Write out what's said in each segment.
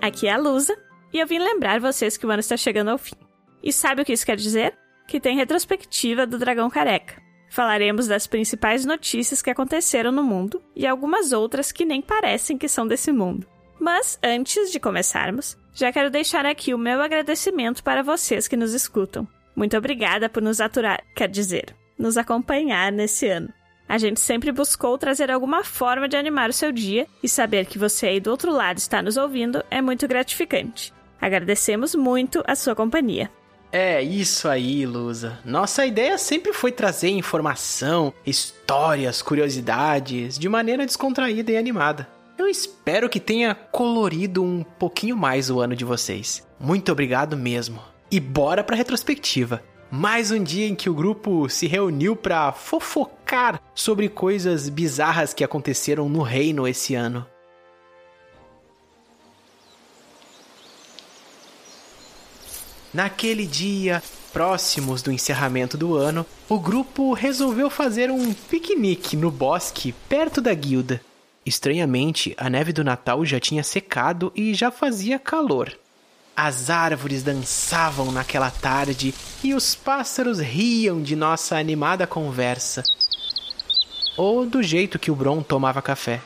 Aqui é a Lusa e eu vim lembrar vocês que o ano está chegando ao fim. E sabe o que isso quer dizer? Que tem retrospectiva do Dragão Careca. Falaremos das principais notícias que aconteceram no mundo e algumas outras que nem parecem que são desse mundo. Mas antes de começarmos, já quero deixar aqui o meu agradecimento para vocês que nos escutam. Muito obrigada por nos aturar, quer dizer, nos acompanhar nesse ano. A gente sempre buscou trazer alguma forma de animar o seu dia e saber que você aí do outro lado está nos ouvindo é muito gratificante. Agradecemos muito a sua companhia. É isso aí, Lusa. Nossa ideia sempre foi trazer informação, histórias, curiosidades de maneira descontraída e animada. Eu espero que tenha colorido um pouquinho mais o ano de vocês. Muito obrigado mesmo. E bora pra retrospectiva. Mais um dia em que o grupo se reuniu para fofocar sobre coisas bizarras que aconteceram no reino esse ano. Naquele dia, próximos do encerramento do ano, o grupo resolveu fazer um piquenique no bosque perto da guilda. Estranhamente, a neve do Natal já tinha secado e já fazia calor. As árvores dançavam naquela tarde e os pássaros riam de nossa animada conversa. Ou do jeito que o Bron tomava café.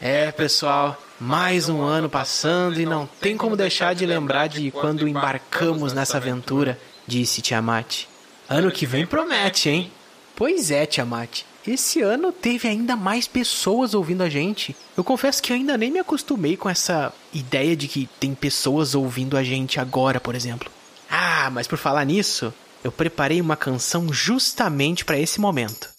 É, pessoal, mais um ano passando e não tem como deixar de lembrar de quando embarcamos nessa aventura, disse Tiamat. Ano que vem promete, hein? Pois é, Tiamat. Esse ano teve ainda mais pessoas ouvindo a gente. Eu confesso que ainda nem me acostumei com essa ideia de que tem pessoas ouvindo a gente agora, por exemplo. Ah, mas por falar nisso, eu preparei uma canção justamente para esse momento.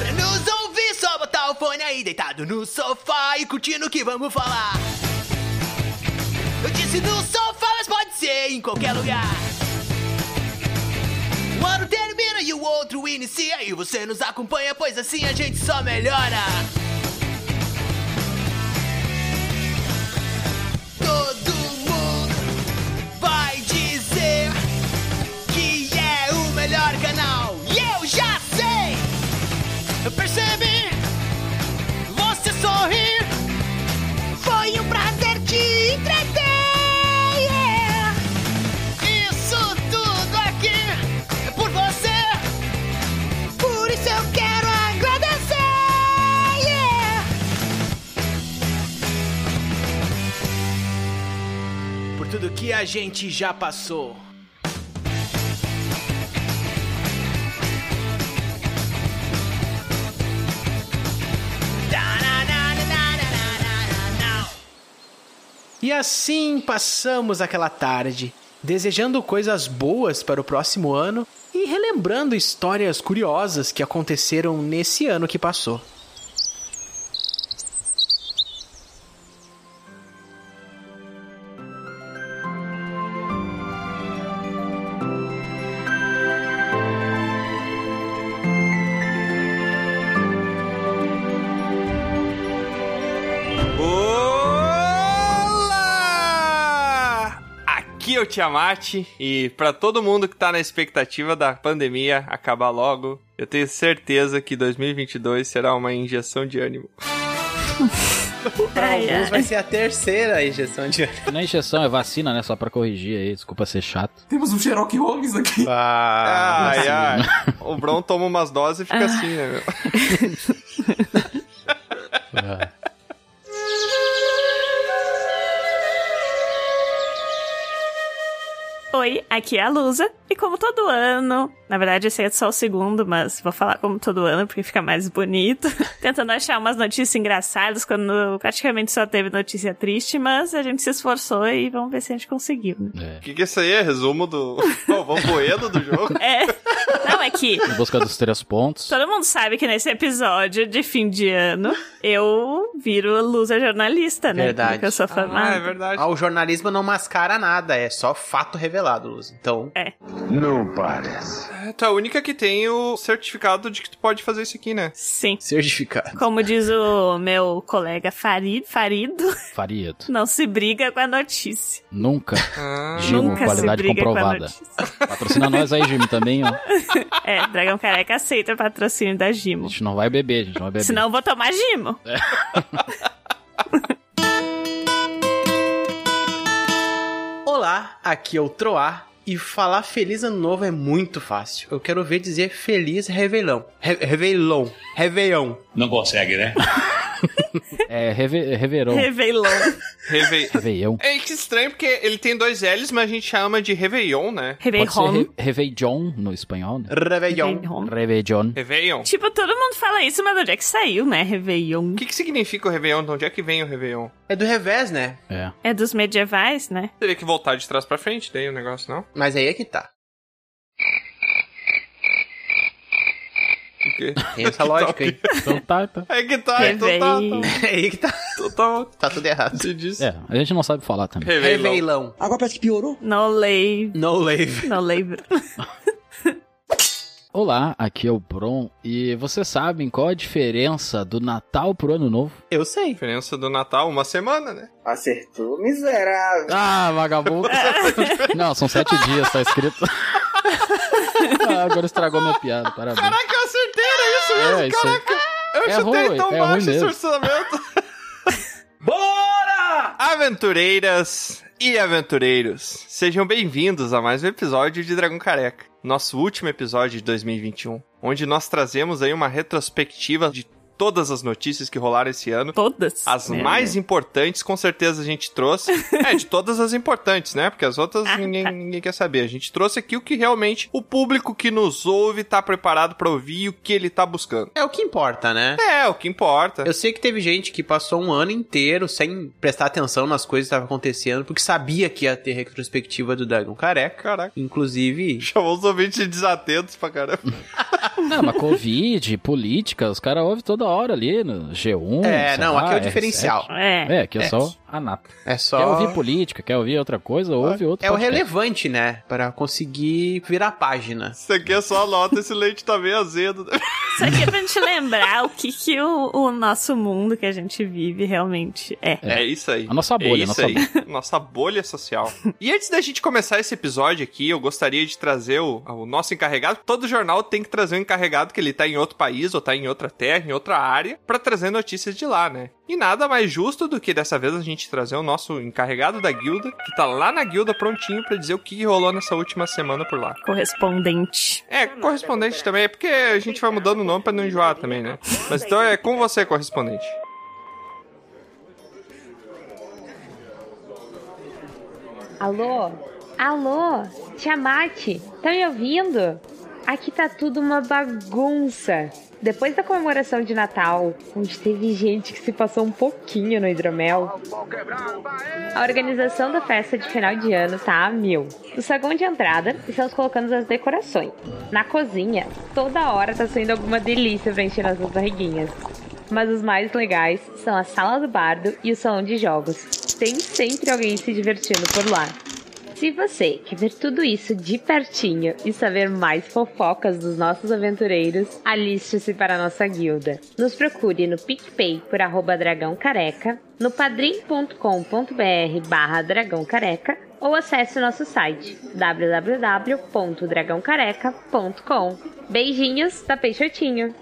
Pra nos ouvir, só botar o fone aí deitado no sofá e curtindo o que vamos falar. Eu disse no sofá, mas pode ser em qualquer lugar. Um ano termina e o outro inicia e você nos acompanha, pois assim a gente só melhora. Todo mundo vai dizer que é o melhor canal e eu já sei. Eu percebi você sorrir. Foi um prazer te entreter. yeah. Isso tudo aqui é por você. Por isso eu quero agradecer. yeah. Por tudo que a gente já passou. E assim passamos aquela tarde, desejando coisas boas para o próximo ano e relembrando histórias curiosas que aconteceram nesse ano que passou. Olá! Aqui é o Tiamat e pra todo mundo que tá na expectativa da pandemia acabar logo, eu tenho certeza que 2022 será uma injeção de ânimo. Para Ai, alguns ai. vai ser a terceira injeção de ânimo. Não é injeção, é vacina, né? Só pra corrigir aí, desculpa ser chato. Temos um Sherlock Holmes aqui. Ah, ai, ai. O Bron toma umas doses e fica assim, né, meu? Oi, aqui é a Lusa, e como todo ano, na verdade esse é só o segundo, mas vou falar como todo ano porque fica mais bonito. Tentando achar umas notícias engraçadas quando praticamente só teve notícia triste, mas a gente se esforçou e vamos ver se É. a gente conseguiu. né? É O que que isso aí é? Resumo do... Pô, vamos boedo do jogo? É. Não, é que Em busca dos três pontos. todo mundo sabe que nesse episódio de fim de ano eu viro loser jornalista, né? Verdade. Porque eu sou Ah, é famada. verdade. Ah, o jornalismo não mascara nada, é só fato revelado, Luz. Então, Não parece. É, tu é a única que tem o certificado de que tu pode fazer isso aqui, né? Sim. certificado. Como diz o meu colega Farid, Farido, Faria. não se briga com a notícia. Nunca. Ah, Gil, Nunca qualidade se briga com comprovada. a notícia. Patrocina nós aí, Jimmy, também, ó. A É, Dragão Careca aceita o patrocínio da Gimo. gente não vai beber, a gente não vai beber. Senão eu vou tomar Gimo. Olá, aqui é o Troá. E falar feliz ano novo é muito fácil. Eu quero ver dizer feliz revelão. Re revelão. Réveillon. Não consegue, né? É, reve... reverão. Revelou. Reve... Reveião. É que estranho, porque ele tem dois L's, mas a gente chama de Réveillon, né? Pode ser Reveillon. re... Reveillon no espanhol, né? Réveillon. Reveillon. Reveillon. Réveillon. Tipo, todo mundo fala isso, mas de onde é que saiu, né? Réveillon. O que, que significa o Réveillon? De onde é que vem o Réveillon? É do revés, né? É. É dos medievais, né? Teria que voltar de trás pra frente, daí o negócio, não? Mas aí é que tá. O quê? Tem essa lógica aí. Então tá, tá. É que tá, então tá, Réveillon. É aí que tá. então tá, Tá tudo errado. você disse. É, a gente não sabe falar também. Réveillon. Revelão. Agora parece que piorou. Não lei. No lave. Não lembro. Olá, aqui é o Bron. E vocês sabem qual a diferença do Natal pro Ano Novo? Eu sei. Diferença do Natal, uma semana, né? Acertou, miserável. Ah, vagabundo. não, são sete dias, tá escrito. Ah, agora estragou minha piada, parabéns. Caraca, É eu acertei, era isso mesmo, É, isso aí. caraca. Eu É chutei então ruim, tão é ruim baixo esse mesmo. orçamento. Bora! Aventureiras e aventureiros, sejam bem-vindos a mais um episódio de Dragão Careca, nosso último episódio de 2021, onde nós trazemos aí uma retrospectiva de todas as notícias que rolaram esse ano. Todas. As né? mais importantes, com certeza a gente trouxe. É, de todas as importantes, né? Porque as outras Ah, ninguém, tá. ninguém quer saber. A gente trouxe aqui o que realmente o público que nos ouve tá preparado pra ouvir e o que ele tá buscando. É o que importa, né? É, o que importa. Eu sei que teve gente que passou um ano inteiro sem prestar atenção nas coisas que estavam acontecendo, porque sabia que ia ter retrospectiva do Dragon Careca. Caraca. Inclusive, Chamou os ouvintes de desatentos pra caramba. Não, mas Covid, política, os caras ouvem toda hora ali no Hum, G1. É, sei não, lá, aqui é o R7. diferencial. É. É, aqui é, só a nata. é Quer só. ouvir política, quer ouvir outra coisa, ouve outra É o relevante, né? Pra conseguir virar a página. Isso aqui é só nota, esse leite tá meio azedo. Isso aqui é pra gente lembrar o que, que o, o nosso mundo que a gente vive realmente é. É, isso aí. A nossa bolha, é isso nossa aí. nossa bolha social. E antes da gente começar esse episódio aqui, eu gostaria de trazer o, o nosso encarregado. Todo jornal tem que trazer um encarregado que ele tá em outro país, ou tá em outra terra, em outra área, pra trazer notícias de lá, né? E nada mais justo do que dessa vez a gente trazer o nosso encarregado da guilda, que tá lá na guilda prontinho pra dizer o que rolou nessa última semana por lá. Correspondente. É, correspondente também, é porque a gente vai mudando o nome pra não enjoar também, né? Mas então é com você, correspondente. Alô? Alô? Tiamat, tá me ouvindo? Aqui tá tudo uma bagunça. Depois da comemoração de Natal, onde teve gente que se passou um pouquinho no hidromel, a organização da festa de final de ano tá a mil. No saguão de entrada, estamos colocando as decorações. Na cozinha, toda hora tá saindo alguma delícia pra encher nossas barriguinhas. Mas os mais legais são a sala do bardo e o salão de jogos. Tem sempre alguém se divertindo por lá. Se você quer ver tudo isso de pertinho e saber mais fofocas dos nossos aventureiros, aliste-se para a nossa guilda. Nos procure no PicPay por arroba dragão careca, no padrim.com.br barra dragão careca ou acesse o nosso site www.dragãocareca.com. Beijinhos da Peixotinho!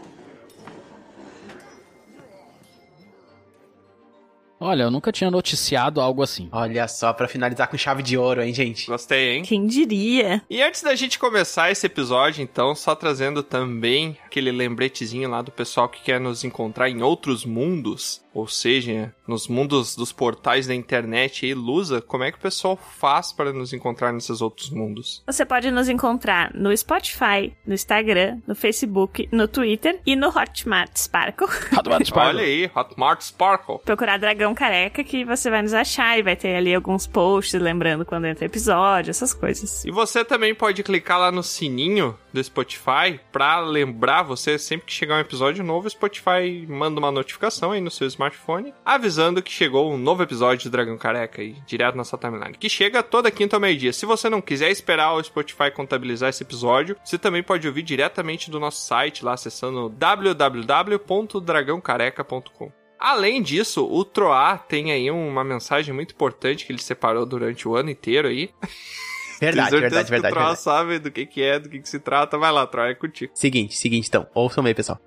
Olha, eu nunca tinha noticiado algo assim. Olha só, pra finalizar com chave de ouro, hein, gente? Gostei, hein? Quem diria? E antes da gente começar esse episódio, então, só trazendo também aquele lembretezinho lá do pessoal que quer nos encontrar em outros mundos, ou seja, nos mundos dos portais da internet e Lusa, como é que o pessoal faz para nos encontrar nesses outros mundos? Você pode nos encontrar no Spotify, no Instagram, no Facebook, no Twitter e no Hotmart Sparkle. Rato Bate Pardo. Olha aí, Hotmart Sparkle. Procurar Dragão Dragão Careca que você vai nos achar e vai ter ali alguns posts lembrando quando entra episódio, essas coisas. E você também pode clicar lá no sininho do Spotify pra lembrar você sempre que chegar um episódio novo, o Spotify manda uma notificação aí no seu smartphone avisando que chegou um novo episódio do Dragão Careca aí, direto na sua timeline, que chega toda quinta ao meio-dia. Se você não quiser esperar o Spotify contabilizar esse episódio, você também pode ouvir diretamente do nosso site lá acessando www.dragãocareca.com. Além disso, o Troá tem aí uma mensagem muito importante que ele separou durante o ano inteiro aí, Verdade, Tenho verdade, certeza que verdade, O Troá verdade. sabe do que, que é, do que, que se trata. Vai lá, Troá, é contigo. Seguinte, seguinte então. Ouçam aí, pessoal.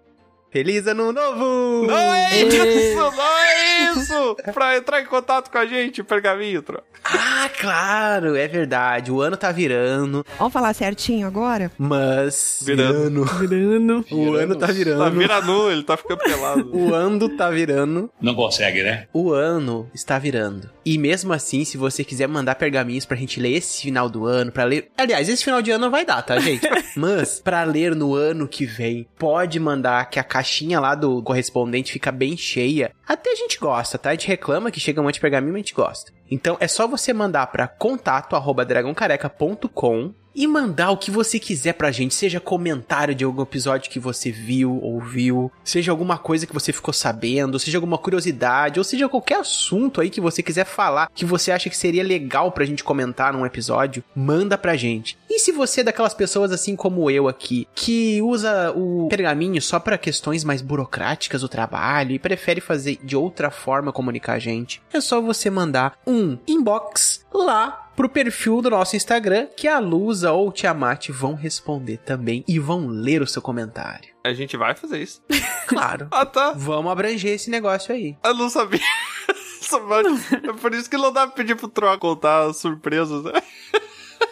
Feliz ano novo! Não é isso! Não é isso! Pra entrar em contato com a gente, pergaminho, Tá Troá. Ah, claro, é verdade. O ano tá virando, Vamos falar certinho agora? mas. Virando. Virando. O ano tá Tá virando. vira nu, ele tá ficando pelado. O ano tá virando. Não consegue, né? O ano está virando. E mesmo assim, se você quiser mandar pergaminhos pra gente ler esse final do ano, pra ler. Aliás, esse final de ano não vai dar, tá, gente? Mas, pra ler no ano que vem, pode mandar que a caixinha lá do correspondente fica bem cheia. Até a gente gosta, tá? A gente reclama que chega um monte de pergaminho, mas a gente gosta. Então é só você mandar pra contato@dragoncareca.com e mandar o que você quiser pra gente, seja comentário de algum episódio que você viu, ouviu, seja alguma coisa que você ficou sabendo, seja alguma curiosidade, ou seja qualquer assunto aí que você quiser falar, que você acha que seria legal pra gente comentar num episódio, manda pra gente. E se você é daquelas pessoas assim como eu aqui, que usa o pergaminho só pra questões mais burocráticas do trabalho e prefere fazer de outra forma comunicar a gente, é só você mandar um inbox lá pro perfil do nosso Instagram que a Lusa ou o Tiamat vão responder também e vão ler o seu comentário. A gente vai fazer isso. Claro. Ah, tá. Vamos abranger esse negócio aí. Eu não sabia. Essa parte- É por isso que não dá pra pedir pro Troá contar as surpresas. né?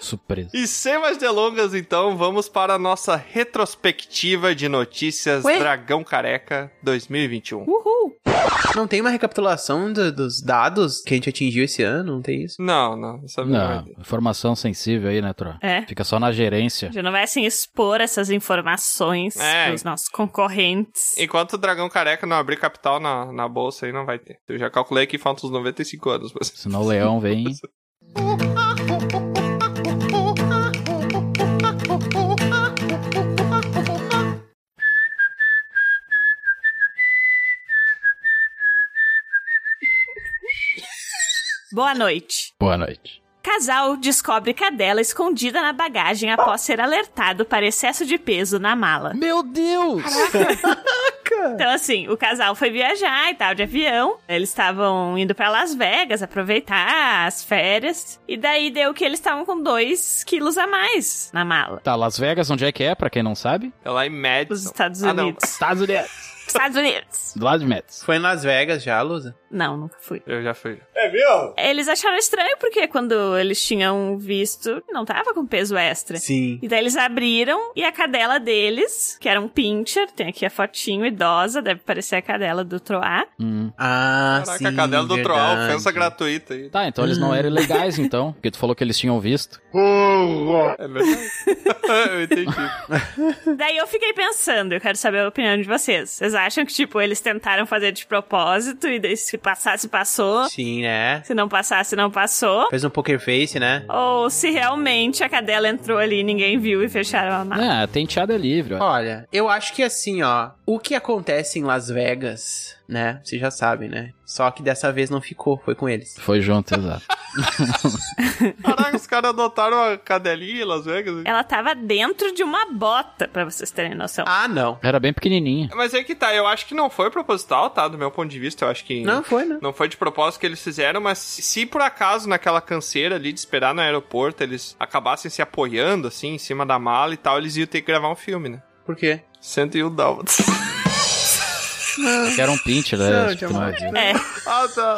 Surpresa. E sem mais delongas, então, vamos para a nossa retrospectiva de notícias Ué? Dragão Careca 2021. Uhul! Não tem uma recapitulação do- dos dados que a gente atingiu esse ano? Não tem isso? Não, não. é Essa não vai Não, informação sensível aí, né, Tro? É. Fica só na gerência. A gente não vai assim expor essas informações É. dos nossos concorrentes. Enquanto o Dragão Careca não abrir capital na, na bolsa aí, não vai ter. Eu já calculei que faltam uns 95 anos, mas... Senão o leão vem. Boa noite. Boa noite. Casal descobre cadela escondida na bagagem após ser alertado para excesso de peso na mala. Meu Deus! É. Então, assim, o casal foi viajar e tal, de avião. Eles estavam indo pra Las Vegas aproveitar as férias. E daí deu que eles estavam com dois quilos a mais na mala. Tá, Las Vegas, onde é que é, pra quem não sabe? É lá em Madison. Os Estados Ah, não. Unidos. Estados Unidos. Estados Unidos. Do lado de Mets. Foi em Las Vegas já, Lusa? Não, nunca fui. Eu já fui. Ah. Eles acharam estranho porque quando eles tinham visto, não tava com peso extra. E daí Sim. Então, eles abriram e a cadela deles, que era um pincher, tem aqui a fotinho idosa, deve parecer a cadela do Troá. Hum. Ah, Caraca, sim. a cadela do verdade. Troll, ofensa gratuita aí. Tá, então eles não eram ilegais, então. Porque tu falou que eles tinham visto. É verdade. eu entendi. daí eu fiquei pensando, eu quero saber a opinião de vocês. Vocês acham que, tipo, eles tentaram fazer de propósito e daí se passasse, passou. Sim, né? Se não passasse, não passou. Fez um poker face, né? Ou se realmente a cadela entrou ali e ninguém viu e fecharam a mala. Ah, tenteada é livre, ó. Olha, eu acho que assim, ó, o que acontece em Las Vegas, né? Vocês já sabem, né? Só que dessa vez não ficou, foi com eles. Foi junto, exato. Caraca, os caras adotaram a cadelinha em Las Vegas. Ela tava dentro de uma bota, pra vocês terem noção. Ah, não. Era bem pequenininha. Mas é que tá, eu acho que não foi proposital, tá? Do meu ponto de vista, eu acho que... Não foi, né? não. Não foi de propósito que eles fizeram, mas se por acaso naquela canseira ali de esperar no aeroporto eles acabassem se apoiando assim em cima da mala e tal, eles iam ter que gravar um filme, né? Por quê? 101 Dálmatas. Que Era um pincher, né? Acho que tu não viu. É. ah, tá.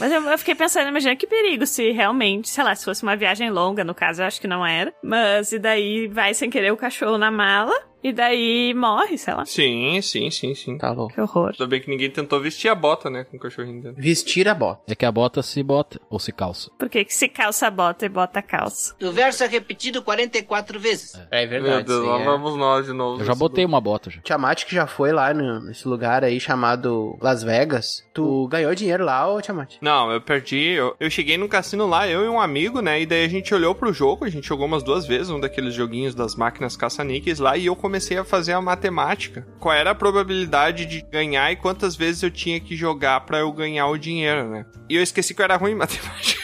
Mas eu, eu fiquei pensando, imagina que perigo se realmente, sei lá, se fosse uma viagem longa, no caso eu acho que não era. Mas e daí vai sem querer o cachorro na mala. E daí morre, sei lá. Sim, sim, sim, sim. Tá louco. Que horror. Ainda bem que ninguém tentou vestir a bota, né? Com o cachorrinho dentro. Vestir a bota. É que a bota se bota ou se calça. Por que, que se calça bota e bota calça? O verso é repetido 44 vezes. É Meu verdade. Deus, sim, lá é. vamos nós de novo. Eu já botei uma bota já. Tiamat, que já foi lá no- nesse lugar aí chamado Las Vegas, tu ganhou dinheiro lá, ô Tiamat? Não, eu perdi. Eu, eu cheguei num cassino lá, eu e um amigo, né? E daí a gente olhou pro jogo, a gente jogou umas duas vezes, um daqueles joguinhos das máquinas caça-níqueis lá, e eu comecei a fazer a matemática. Qual era a probabilidade de ganhar e quantas vezes eu tinha que jogar pra eu ganhar o dinheiro, né? E eu esqueci que eu era ruim em matemática.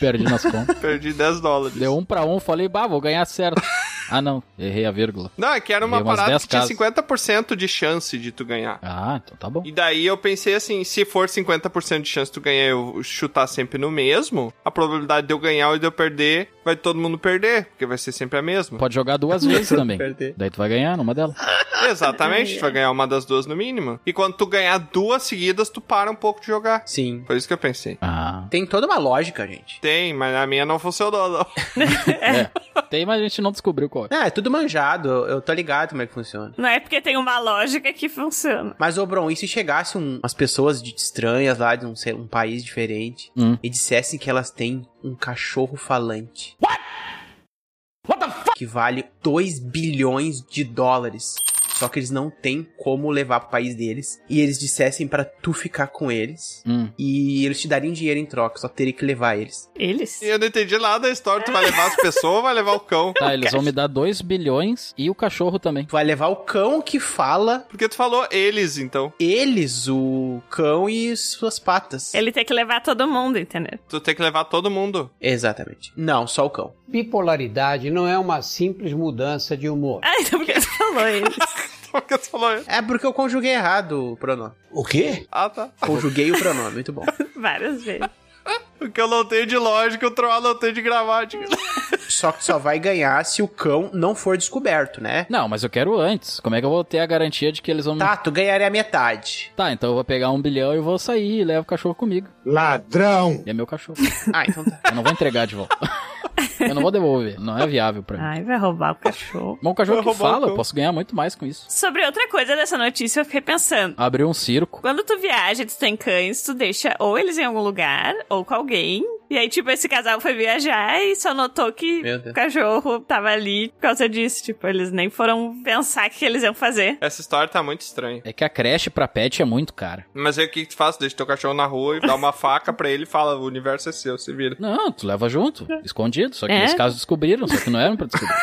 Perdi nas contas. perdi 10 dólares. Deu um pra um, falei, bah, vou ganhar certo. Ah, não. Errei a vírgula. Não, é que era uma Deu umas parada 10 que tinha casas. 50% de chance de tu ganhar. Ah, então tá bom. E daí eu pensei assim, se for 50% de chance de tu ganhar e eu chutar sempre no mesmo, a probabilidade de eu ganhar ou de eu perder, vai todo mundo perder, porque vai ser sempre a mesma. Pode jogar duas vezes também. Perder. Daí tu vai ganhar numa delas. Exatamente, tu vai ganhar uma das duas no mínimo. E quando tu ganhar duas seguidas, tu para um pouco de jogar. Sim. Foi isso que eu pensei. Ah. Tem toda uma lógica, gente. Tem, mas a minha não funcionou, não. É. Tem, mas a gente não descobriu qual é. Não, é tudo manjado, eu, eu tô ligado como é que funciona. Não é porque tem uma lógica que funciona. Mas, ô Bron, e se chegasse um- umas pessoas de, estranhas lá de um, sei- um país diferente Hum. e dissessem que elas têm um cachorro falante? What? What the fuck? Que vale 2 bilhões de dólares. Só que eles não têm como levar pro país deles. E eles dissessem pra tu ficar com eles. Hum. E eles te dariam dinheiro em troca, só teria que levar eles. Eles? E eu não entendi nada da história. Tu vai levar as pessoas ou vai levar o cão? Tá, eles vão me dar 2 bilhões e o cachorro também. Tu vai levar o cão que fala, Porque tu falou eles, então. eles, o cão e suas patas. Ele tem que levar todo mundo, entendeu? Tu tem que levar todo mundo. Exatamente. Não, só o cão. Bipolaridade não é uma simples mudança de humor. Ah, então porque você falou eles. Por que tu falou eles? É porque eu conjuguei errado o pronome. O quê? Ah, tá. Conjuguei o pronome, muito bom. Várias vezes. O que eu não tenho de lógica, o Troá não tem de gramática. Só que só vai ganhar se o cão não for descoberto, né? Não, mas eu quero antes. Como é que eu vou ter a garantia de que eles vão. me- Tá, tu ganharia a metade. Tá, então eu vou pegar um bilhão e vou sair e levo o cachorro comigo. Ladrão! E é meu cachorro. Ah, então tá. Eu não vou entregar de volta. eu não vou devolver. Não é viável pra mim. Ai, vai roubar o cachorro. Mas um cachorro Vai que roubar o fala, eu cão. posso ganhar muito mais com isso. Sobre outra coisa dessa notícia, eu fiquei pensando. Abriu um circo. Quando tu viaja e tu tem cães, tu deixa ou eles em algum lugar, ou com alguém. E aí, tipo, esse casal foi viajar e só notou que Meu Deus. o cachorro tava ali por causa disso. Tipo, eles nem foram pensar o que eles iam fazer. Essa história tá muito estranha. É que a creche pra pet é muito cara. Mas aí o que que tu faz? Deixa teu cachorro na rua e dá uma faca pra ele e fala, o universo é seu, se vira. Não, tu leva junto, escondido. Só que É? nesse caso descobriram, só que não eram pra descobrir.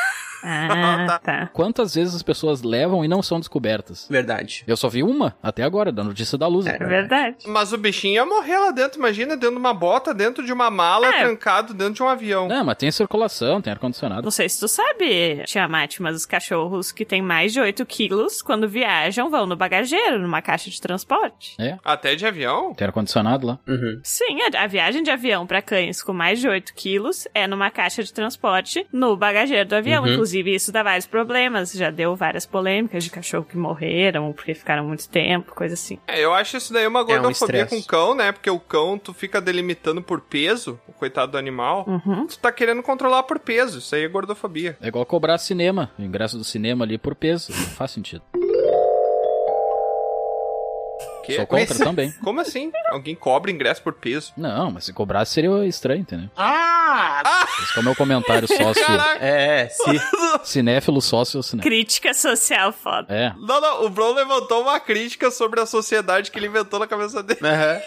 Ah, tá. Quantas vezes as pessoas levam e não são descobertas? Verdade. Eu só vi uma até agora, da notícia da luz. É verdade. Mas o bichinho ia morrer lá dentro, imagina, dentro de uma bota, dentro de uma mala, É. trancado dentro de um avião. Não, mas tem circulação, tem ar-condicionado. Não sei se tu sabe, Tiamat, mas os cachorros que têm mais de 8 quilos, quando viajam, vão no bagageiro, numa caixa de transporte. Até de avião? Tem ar-condicionado lá. Uhum. Sim, a, a viagem de avião pra cães com mais de 8 quilos é numa caixa de transporte no bagageiro do avião. Uhum. Inclusive, isso dá vários problemas. Já deu várias polêmicas de cachorro que morreram porque ficaram muito tempo, coisa assim. É, eu acho isso daí uma gordofobia estresse. com cão, né? Porque o cão, tu fica delimitando por peso, o coitado do animal. Uhum. Tu tá querendo controlar por peso, isso aí é gordofobia. É igual cobrar cinema, o ingresso do cinema ali por peso. Não faz sentido. Que? é Sou contra Esse- também. Como assim? Alguém cobra ingresso por peso? Não, mas se cobrasse seria estranho, entendeu? Ah! Esse que é o meu comentário sócio. Caraca! É, se... Cinéfilo sócio cinéfilo. Crítica social foda. É. Não, não, o Bron levantou uma crítica sobre a sociedade que ele inventou na cabeça dele. Aham.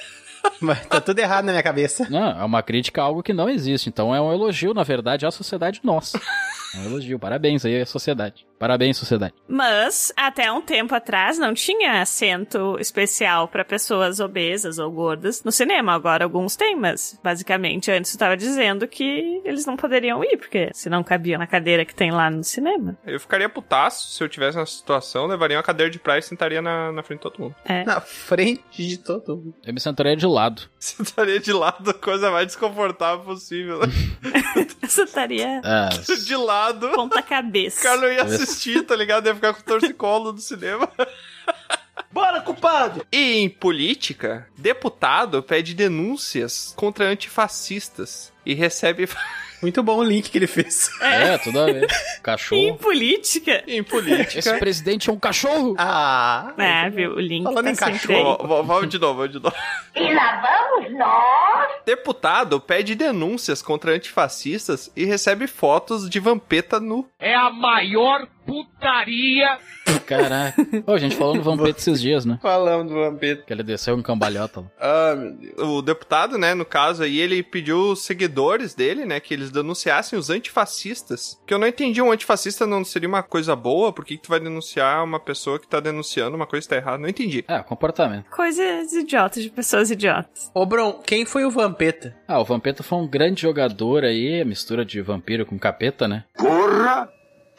Mas tá tudo errado na minha cabeça. Não, é uma crítica a algo que não existe. Então é um elogio, na verdade, à sociedade nossa. É um elogio. Parabéns aí, sociedade. Parabéns, sociedade. Mas, até um tempo atrás, não tinha assento especial pra pessoas obesas ou gordas no cinema. Agora alguns têm, mas basicamente antes eu tava dizendo que eles não poderiam ir, porque se não cabiam na cadeira que tem lá no cinema. Eu ficaria putaço se eu tivesse na situação, levaria uma cadeira de praia e sentaria na, na frente de todo mundo. Na frente de todo mundo. Eu me sentaria de lado. Sentaria de lado, a coisa mais desconfortável possível. né? Você estaria Ah, de lado. O ponta cabeça. cara não ia assistir, tá ligado? Ia ficar com torcicolo do cinema. Bora, culpado! E em política, deputado pede denúncias contra antifascistas e recebe Muito bom o link que ele fez. É, tudo a ver. Em Cachorro. política? Em política. Esse presidente é um cachorro! Ah, É, viu? O link Falando tá em sempre cachorro, aí. Ó, v- Vamos de novo, vamos de novo. E lá vamos nós! Deputado pede denúncias contra antifascistas e recebe fotos de Vampeta nu. É a maior putaria. Caraca. Ô, a gente falou no Vampeta esses dias, né? Falando do Vampeta. Que ele desceu um cambalhota lá. Ah, meu Deus. O deputado, né, no caso aí, ele pediu os seguidores dele, né, que eles denunciassem os antifascistas. Que eu não entendi, um antifascista não seria uma coisa boa? Por que, que tu vai denunciar uma pessoa que tá denunciando uma coisa que tá errada? Não entendi. É, comportamento. Coisas idiotas de pessoas idiotas. Ô, Bron, quem foi o Vampeta? Ah, o Vampeta foi um grande jogador aí, mistura de vampiro com capeta, né? Porra!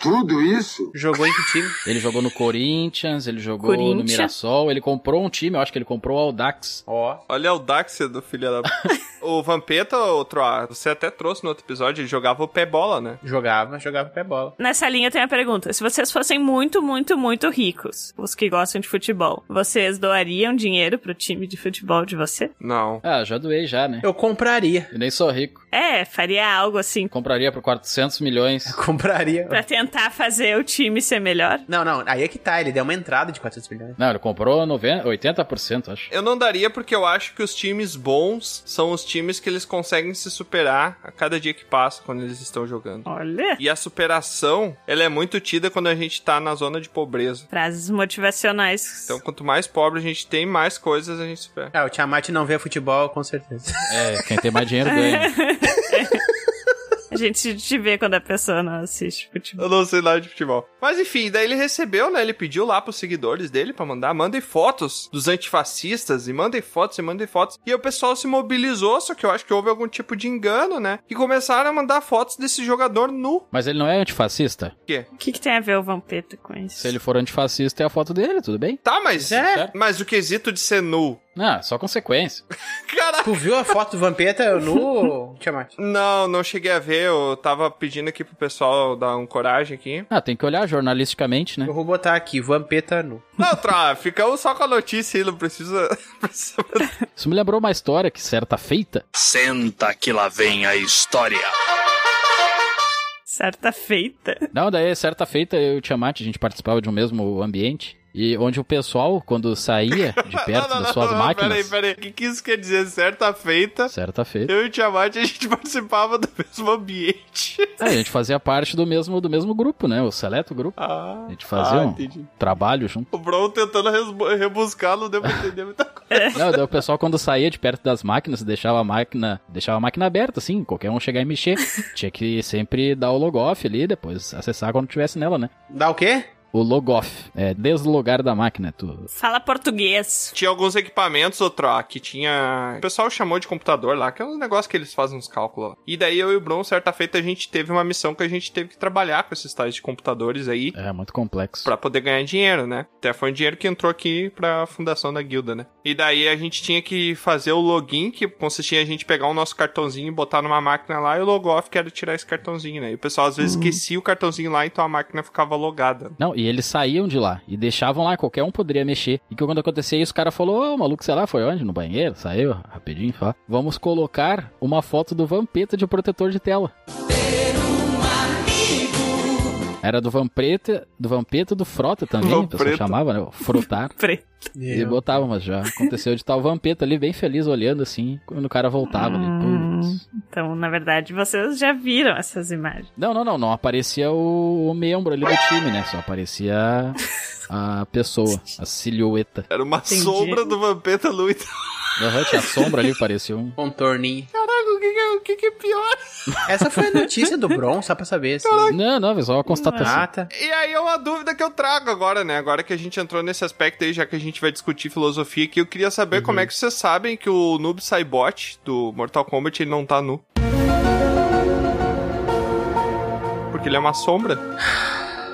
Tudo isso? Jogou em que time? Ele jogou no Corinthians, ele jogou no Corinthians. Mirassol, ele comprou um time, eu acho que ele comprou o Aldax. Ó. Olha o Daxia do filho da... o Vampeta, ô, Troá, você até trouxe no outro episódio, ele jogava o pé bola, né? Jogava, jogava pé bola. Nessa linha eu tenho a pergunta. Se vocês fossem muito, muito, muito ricos, os que gostam de futebol, vocês doariam dinheiro pro time de futebol de você? Não. Ah, já doei já, né? Eu compraria. E nem sou rico. É, faria algo assim Compraria por 400 milhões. Compraria. pra tentar fazer o time ser melhor? Não, não, aí é que tá, ele deu uma entrada de 400 milhões. Não, ele comprou 90, 80%, acho. Eu não daria porque eu acho que os times bons são os times que eles conseguem se superar a cada dia que passa quando eles estão jogando. Olha, E a superação, ela é muito tida quando a gente tá na zona de pobreza. frases motivacionais. Então, quanto mais pobre a gente tem, mais coisas a gente supera. Ah, o Tiamat não vê futebol, com certeza. É, quem tem mais dinheiro ganha. A gente te vê quando a pessoa não assiste futebol. Eu não sei nada de futebol. Mas enfim, daí ele recebeu, né? Ele pediu lá pros seguidores dele pra mandar, mandem fotos dos antifascistas e mandem fotos e mandem fotos. E aí o pessoal se mobilizou, só que eu acho que houve algum tipo de engano, né? E começaram a mandar fotos desse jogador nu. Mas ele não é antifascista? O que, que tem a ver o Vampeta com isso? Se ele for antifascista, é a foto dele, tudo bem? Tá, mas É. mas o quesito de ser nu. Não, só consequência. Caraca. Tu viu a foto do Vampeta no Tiamat? Não, não cheguei a ver. Eu tava pedindo aqui pro pessoal dar um coragem aqui. Ah, tem que olhar jornalisticamente, né? Eu vou botar aqui, Vampeta nu. Não, Tra, ficamos só com a notícia aí, não precisa. precisa- Isso me lembrou uma história que certa feita. Senta que lá vem a história. Certa feita. Não, daí é certa feita eu e o Tiamat, a gente participava de um mesmo ambiente. E onde o pessoal, quando saía de perto das suas máquinas. peraí, peraí. O que, que isso quer dizer? Certa feita, Certa feita. eu e o Tiamat a gente participava do mesmo ambiente. É, a gente fazia parte do mesmo, do mesmo grupo, né? O seleto grupo. Ah, A gente fazia ah, um entendi. trabalho junto. O Bron tentando resbu- rebuscar, não deu pra entender tá- muita coisa. Não, daí o pessoal quando saía de perto das máquinas, deixava a máquina, deixava a máquina aberta, assim, qualquer um chegar e mexer. Tinha que sempre dar o logoff ali, depois acessar quando tivesse nela, né? Dá o quê? O logoff, é deslogar da máquina, é tu. Fala português. Tinha alguns equipamentos, outro, ó, que tinha. O pessoal chamou de computador lá, que é um negócio que eles fazem uns cálculos. lá. E daí eu e o Bron, certa feita, a gente teve uma missão que a gente teve que trabalhar com esses tais de computadores aí. É muito complexo. Pra poder ganhar dinheiro, né? Até foi um dinheiro que entrou aqui pra fundação da guilda, né? E daí a gente tinha que fazer o login, que consistia em a gente pegar o nosso cartãozinho e botar numa máquina lá, e o logoff que era tirar esse cartãozinho, né? E o pessoal às vezes esquecia o cartãozinho lá, então a máquina ficava logada. Não, e eles saíam de lá e deixavam lá, qualquer um poderia mexer. E que quando acontecia isso, o cara falou: Ô, maluco, sei lá, foi onde? No banheiro? Saiu rapidinho, fala. Vamos colocar uma foto do Vampeta de protetor de tela. Era do Vampeta, do Vampeta do Frota também, o pessoal Vampeta. chamava, né? o Frotar. Pre- E botava, mas já aconteceu de tal Vampeta ali, bem feliz, olhando assim, quando o cara voltava ali. Putz. Então, na verdade, vocês já viram essas imagens. Não, não, não. Não aparecia o, o membro ali do time, né? Só aparecia a pessoa, a silhueta. Era uma Entendi. sombra do Vampeta Lu. Então, Aham, tinha a sombra ali, parecia um. Contorninho. Caraca, o que, que é- o que, que é pior? Essa foi a notícia do Bron, só pra saber. Assim. Não, não, é só uma constatação. Ah, tá. E aí é uma dúvida que eu trago agora, né? Agora que a gente entrou nesse aspecto aí, já que a gente vai discutir filosofia aqui, eu queria saber como é que vocês sabem que o noob Saibot do Mortal Kombat ele não tá nu. Porque ele é uma sombra.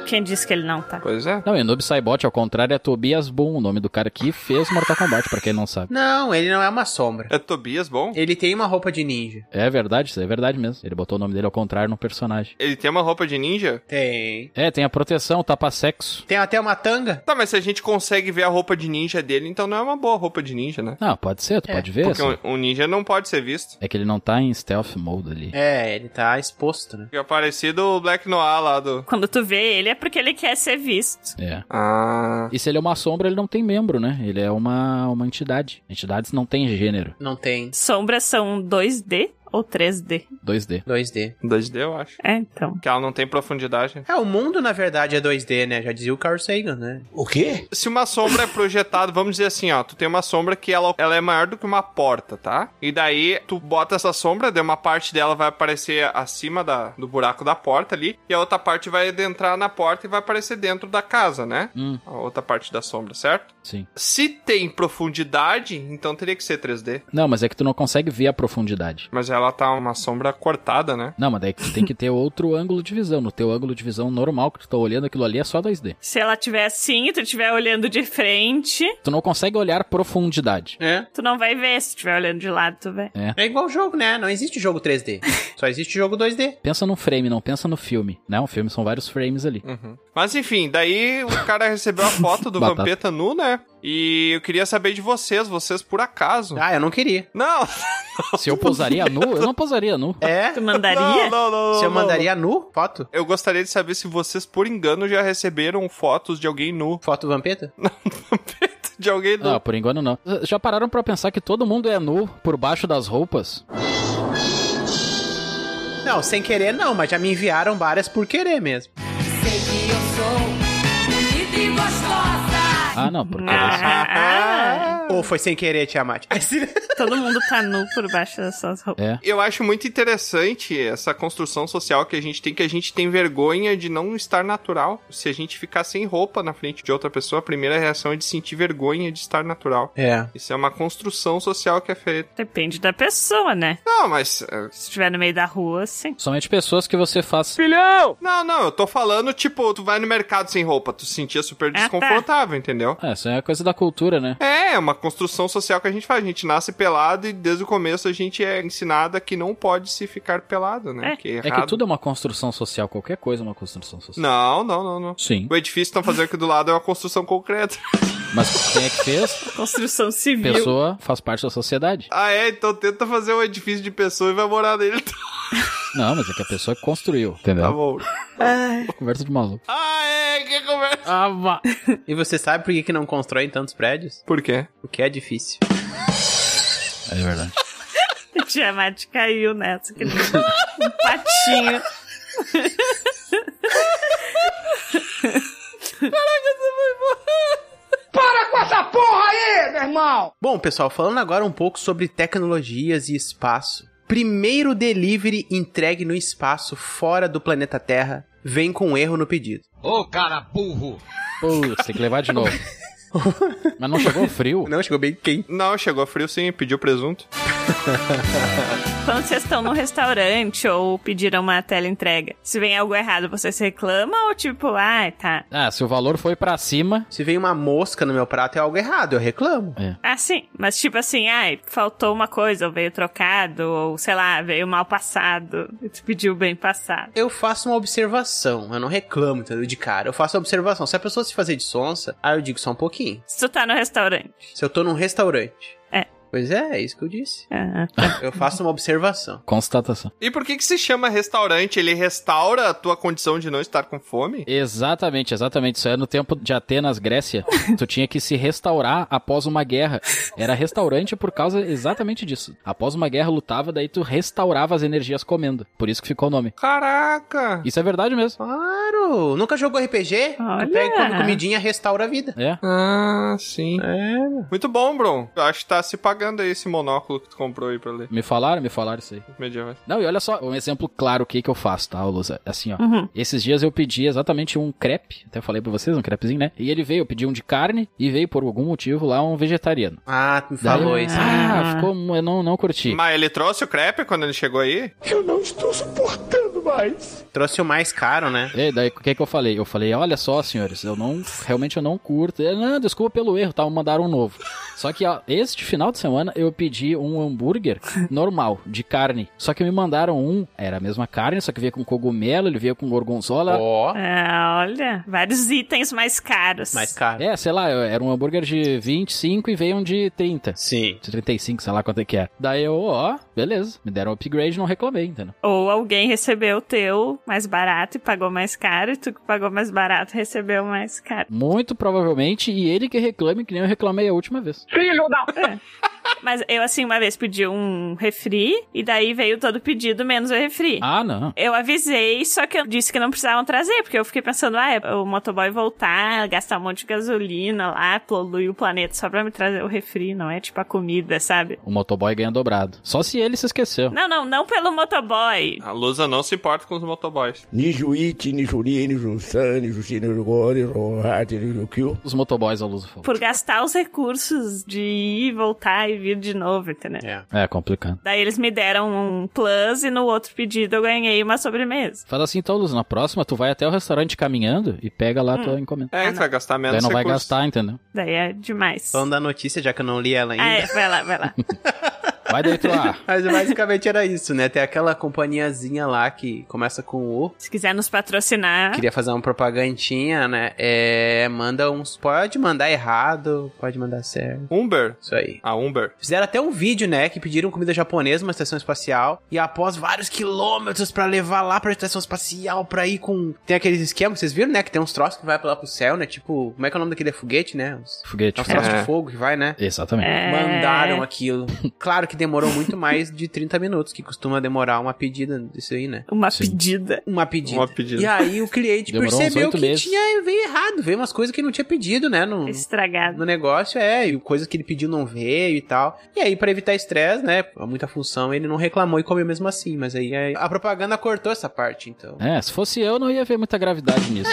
Quem disse que ele não tá? Pois é. Não, e o Noob Saibot, ao contrário, é Tobias Boom, o nome do cara que fez Mortal Kombat, pra quem não sabe. Não, ele não é uma sombra. É Tobias Bom? Ele tem uma roupa de ninja. É verdade, isso é verdade mesmo. Ele botou o nome dele ao contrário no personagem. Ele tem uma roupa de ninja? Tem. É, tem a proteção, o tapa-sexo. Tem até uma tanga. Tá, mas se a gente consegue ver a roupa de ninja dele, então não é uma boa roupa de ninja, né? Não, pode ser, tu É, pode ver. Porque assim. um, um ninja não pode ser visto. É que ele não tá em stealth mode ali. É, ele tá exposto, né? E é parecido o Black Noir lá do. Quando tu vê ele é porque ele quer ser visto. É. Ah. E se ele é uma sombra, ele não tem membro, né? Ele é uma, uma entidade. Entidades não têm gênero. Não tem Sombras são 2D ou 3D? 2D. 2D. 2D, eu acho. É, então. Que ela não tem profundidade. É, o mundo na verdade é 2D, né? Já dizia o Carl Sagan, né? O quê? Se uma sombra é projetada, vamos dizer assim, ó, tu tem uma sombra que ela, ela é maior do que uma porta, tá? E daí tu bota essa sombra, daí uma parte dela vai aparecer acima da, do buraco da porta ali, e a outra parte vai adentrar na porta e vai aparecer dentro da casa, né? Hum. A outra parte da sombra, certo? Sim. Se tem profundidade, então teria que ser 3D. Não, mas é que tu não consegue ver a profundidade. Mas ela tá uma sombra cortada, né? Não, mas daí que tu tem que ter outro ângulo de visão. No teu ângulo de visão normal que tu tá olhando aquilo ali é só 2D. Se ela tiver assim, tu estiver olhando de frente, Tu não consegue olhar profundidade. É. tu não vai ver. Se estiver olhando de lado, tu vê. É igual jogo, né? Não existe jogo 3D. Só existe jogo 2D. Pensa num frame, não pensa no filme. Né? Um filme são vários frames ali. Uhum. Mas enfim, daí o cara recebeu a foto do Batata. Vampeta nu, né? E eu queria saber de vocês, vocês por acaso. Ah, eu não queria. Não! Se eu pousaria nu, eu não pousaria nu. É? Tu mandaria? Não, não, não, Se eu não, mandaria nu, foto? não. Eu gostaria de saber se vocês, por engano, já receberam fotos de alguém nu. Foto vampeta? De alguém nu. Não, Ah, por enquanto não. Já pararam pra pensar que todo mundo é nu por baixo das roupas? Não, sem querer não, mas já me enviaram várias por querer mesmo. Ah, não, porque Ah, Ou foi sem querer, Tiamat? todo mundo tá nu por baixo das suas roupas. É. Eu acho muito interessante essa construção social que a gente tem, que a gente tem vergonha de não estar natural. Se a gente ficar sem roupa na frente de outra pessoa, a primeira reação é de sentir vergonha de estar natural. É. Isso é uma construção social que é feita. Depende da pessoa, né? Não, mas. eh, Se estiver no meio da rua, sim. Somente pessoas que você faz. Oh. Não, não, eu tô falando, tipo, tu vai no mercado sem roupa, tu se sentia Ah, super tá. desconfortável, entendeu? É, isso é coisa da cultura, né? É, é uma construção social que a gente faz. A gente nasce pelado e desde o começo a gente é ensinada que não pode se ficar pelado, né? É. que É que tudo é uma construção social, qualquer coisa é uma construção social. Não, não, não, não. Sim, O edifício que estão fazendo aqui do lado é uma construção concreta. mas quem é que fez? Construção civil. Pessoa faz parte da sociedade. Ah, é? Então tenta fazer um edifício de pessoa e vai morar nele. Não, mas é que a pessoa que construiu, Tá entendeu? bom. Conversa de maluco. Ah, é? Que conversa. Ah, vá. E você sabe por que, que não constroem tantos prédios? Por quê? Porque é difícil. É verdade. Tiamat caiu nessa. que nem um patinho. Para com essa porra aí, meu irmão! Bom, pessoal, falando agora um pouco sobre tecnologias e espaço. Primeiro delivery entregue no espaço fora do planeta Terra vem com um erro no pedido. Ô, cara burro! Putz, tem que levar de novo. Mas não chegou frio? Não, chegou bem quente. Não, chegou frio sim, pediu presunto. Quando vocês estão num restaurante ou pediram uma tela entrega, se vem algo errado, você se reclama ou tipo, ah, tá. Ah, se o valor foi pra cima. Se vem uma mosca no meu prato é algo errado, eu reclamo. Ah, sim. Mas tipo assim, ai, faltou uma coisa, ou veio trocado, ou sei lá, veio mal passado. E tu pediu bem passado. Eu faço uma observação, eu não reclamo entendeu? de cara. Eu faço uma observação. Se a pessoa se fazer de sonsa, aí eu digo só um pouquinho. Se tu tá no restaurante. Se eu tô num restaurante. É. Pois é, tá. é isso que eu disse. Ah, Eu faço uma observação. Constatação. E por que que se chama restaurante? Ele restaura a tua condição de não estar com fome? Exatamente, exatamente. Isso é no tempo de Atenas, Grécia. Tu tinha que se restaurar após uma guerra. Era restaurante por causa exatamente disso. Após uma guerra lutava, daí tu restaurava as energias comendo. Por isso que ficou o nome. Caraca! Isso é verdade mesmo. Claro! Nunca jogou RPG? Olha. Tu pega e come comidinha, restaura a vida. É. Ah, sim. Muito bom, Bron. Eu Acho que tá se pagando aí esse monóculo que tu comprou aí pra ler. Me falaram, me falaram isso aí. Medievais. Não, e olha só, um exemplo claro o que que eu faço, tá, Lusa? Assim, ó. Uhum. Esses dias eu pedi exatamente um crepe, até falei pra vocês, um crepezinho, né? E ele veio, eu pedi um de carne e veio por algum motivo lá um vegetariano. Ah, tu me Daí falou eu- isso. Ah, ficou, eu não, não curti. Mas ele trouxe o crepe quando ele chegou aí? Eu não estou suportando mais. Trouxe o mais caro, né? E daí, o que que eu falei? Eu falei, olha só, senhores, eu não, realmente eu não curto. Ele, não, desculpa pelo erro, tá? Mandaram um novo. Só que ó, este final de semana eu pedi um hambúrguer normal, de carne. Só que me mandaram um, era a mesma carne, só que veio com cogumelo, ele veio com gorgonzola. Ó. É, olha, vários itens mais caros. Mais caro. É, sei lá, era um hambúrguer de 25 e veio um de 30. Sim. De 35, sei lá quanto é que é. Daí eu, ó, beleza, me deram upgrade, não reclamei, entendeu? Ou alguém recebeu o teu mais barato e pagou mais caro, e tu que pagou mais barato recebeu mais caro. Muito provavelmente, e ele que reclame, que nem eu reclamei a última vez. Filho da... Mas eu, assim, uma vez pedi um refri, e daí veio todo o pedido, menos o refri. Ah, não. Eu avisei, só que eu disse que não precisavam trazer, porque eu fiquei pensando, ah, é o motoboy voltar, gastar um monte de gasolina lá, poluir o planeta só pra me trazer o refri, não é tipo a comida, sabe? O motoboy ganha dobrado. Só se ele se esqueceu. Não, não, não pelo motoboy. A Lusa não se importa com os motoboys. Nijuíte, Nijuri, Nijunsan, Nijushi, Nijugori, Rohati, Nijukyu. Os motoboys, a Lusa falou. Por gastar os recursos de ir, voltar e vir de novo, entendeu? É, complicado. Daí eles me deram um plus e no outro pedido eu ganhei uma sobremesa. Faz assim então, Luz, na próxima tu vai até o restaurante caminhando e pega lá a tua encomenda. É, tu vai gastar menos Daí não vai recursos. gastar, entendeu? Daí é demais. Falando da notícia, já que eu não li ela ainda. Ah, é, vai lá, vai lá. Vai daí tu ah, lá. Mas basicamente era isso, né? Tem aquela companhiazinha lá que começa com O. Se quiser nos patrocinar, Queria fazer uma propagandinha, né? É, manda uns. Pode mandar errado, pode mandar certo. Umber? Isso aí. A Umber. Fizeram até um vídeo, né? Que pediram comida japonesa numa estação espacial. E após vários quilômetros pra levar lá pra estação espacial, pra ir com. Tem aqueles esquemas, vocês viram, né? Que tem uns troços que vai lá pro céu, né? Tipo, como é que é o nome daquele é foguete, né? Uns... Foguete. É uns troços É. de fogo que vai, né? Exatamente. É. Mandaram aquilo. Claro que demorou muito mais de 30 minutos, que costuma demorar uma pedida disso aí, né? É, uma Sim. pedida. Uma pedida. Uma pedida. E aí o cliente Demorou uns percebeu oito que meses. tinha veio errado, veio umas coisas que não tinha pedido, né? No, Estragada. no negócio, é, e coisas que ele pediu não veio e tal. E aí, pra evitar estresse, né? Muita função, ele não reclamou e comeu mesmo assim. Mas aí é, a propaganda cortou essa parte, então. É, se fosse eu, não ia ver muita gravidade nisso.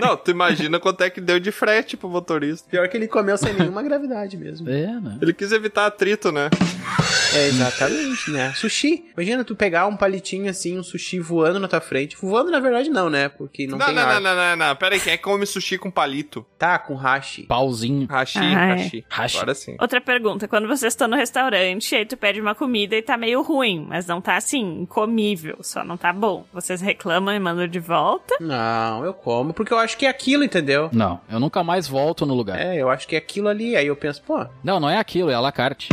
Não, tu imagina quanto é que deu de frete pro motorista. Pior que ele comeu sem nenhuma gravidade mesmo. É, né? Ele quis evitar atrito, né? É, exatamente, né? Sushi. Imagina tu pegar um palitinho assim, um sushi voando na tua frente. Voando, na verdade, não, né? Porque não, Não, não, tem não, ar. não, não, não, Pera aí, quem é que come sushi com palito? Tá, com hashi. Pauzinho. Hashi, Ah, é. hashi. Hashi. Agora sim. Outra pergunta, quando vocês estão no restaurante, aí tu pede uma comida e tá meio ruim, mas não tá assim, comível, só não tá bom. Vocês reclamam e mandam de volta? Não, eu como, porque eu acho que é aquilo, entendeu? Não, eu nunca mais volto no lugar. É, eu acho que é aquilo ali. Aí eu penso, pô. Não, não é aquilo, é a la carte.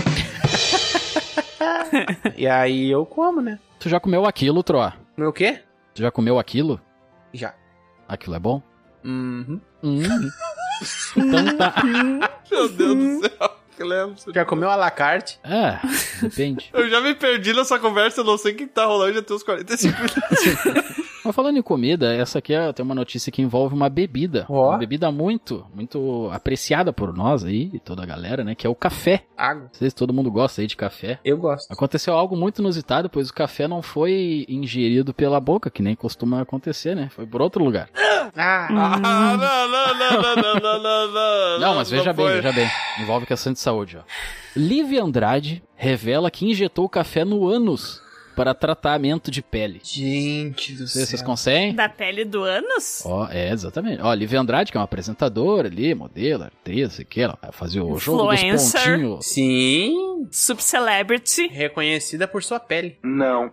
e aí eu como, né? Tu já comeu aquilo, Troa? Meu quê? Tu já comeu aquilo? Já. Aquilo é bom? Uhum. Hum. então tá. Meu Deus do céu. que lembro. Já comeu à la carte? É, depende. Eu já me perdi nessa conversa, eu não sei o que que tá rolando, já tem uns 45 minutos. Mas falando em comida, essa aqui é, tem uma notícia que envolve uma bebida. Ó. Uma bebida muito, muito apreciada por nós aí, e toda a galera, né? Que é o café. Água. Vocês, todo mundo gosta aí de café. Eu gosto. Aconteceu algo muito inusitado, pois o café não foi ingerido pela boca, que nem costuma acontecer, né? Foi por outro lugar. Ah, Hum. ah, não, não, não, não, não, não, não, Ah, não. Não, mas veja bem, foi. veja bem. Envolve questão de saúde, ó. Liv Andrade revela que injetou café no ânus para tratamento de pele. gente do Vocês, vocês céu. conseguem? Da pele do ânus? Ó, é, exatamente. Ó, Liv Andrade, que é uma apresentadora ali, modelo, atriz, sei que, ela fazia o jogo dos Influencer. pontinhos. Sim. Subcelebrity. Reconhecida por sua pele.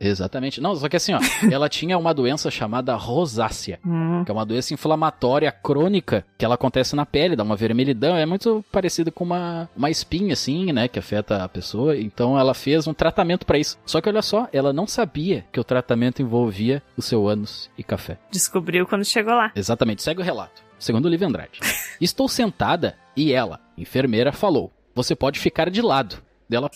Exatamente. Não, só que assim, ó, ela tinha uma doença chamada rosácea, Hum. que é uma doença inflamatória crônica, que ela acontece na pele, dá uma vermelhidão, é muito parecido com uma, uma espinha, assim, né, que afeta a pessoa. Então ela fez um tratamento pra isso. Só que olha só, ela não sabia que o tratamento envolvia o seu ânus e café. Descobriu quando chegou lá. Exatamente, segue o relato. Segundo o Liv Andrade. Estou sentada e ela, enfermeira, falou: Você pode ficar de lado. Dela,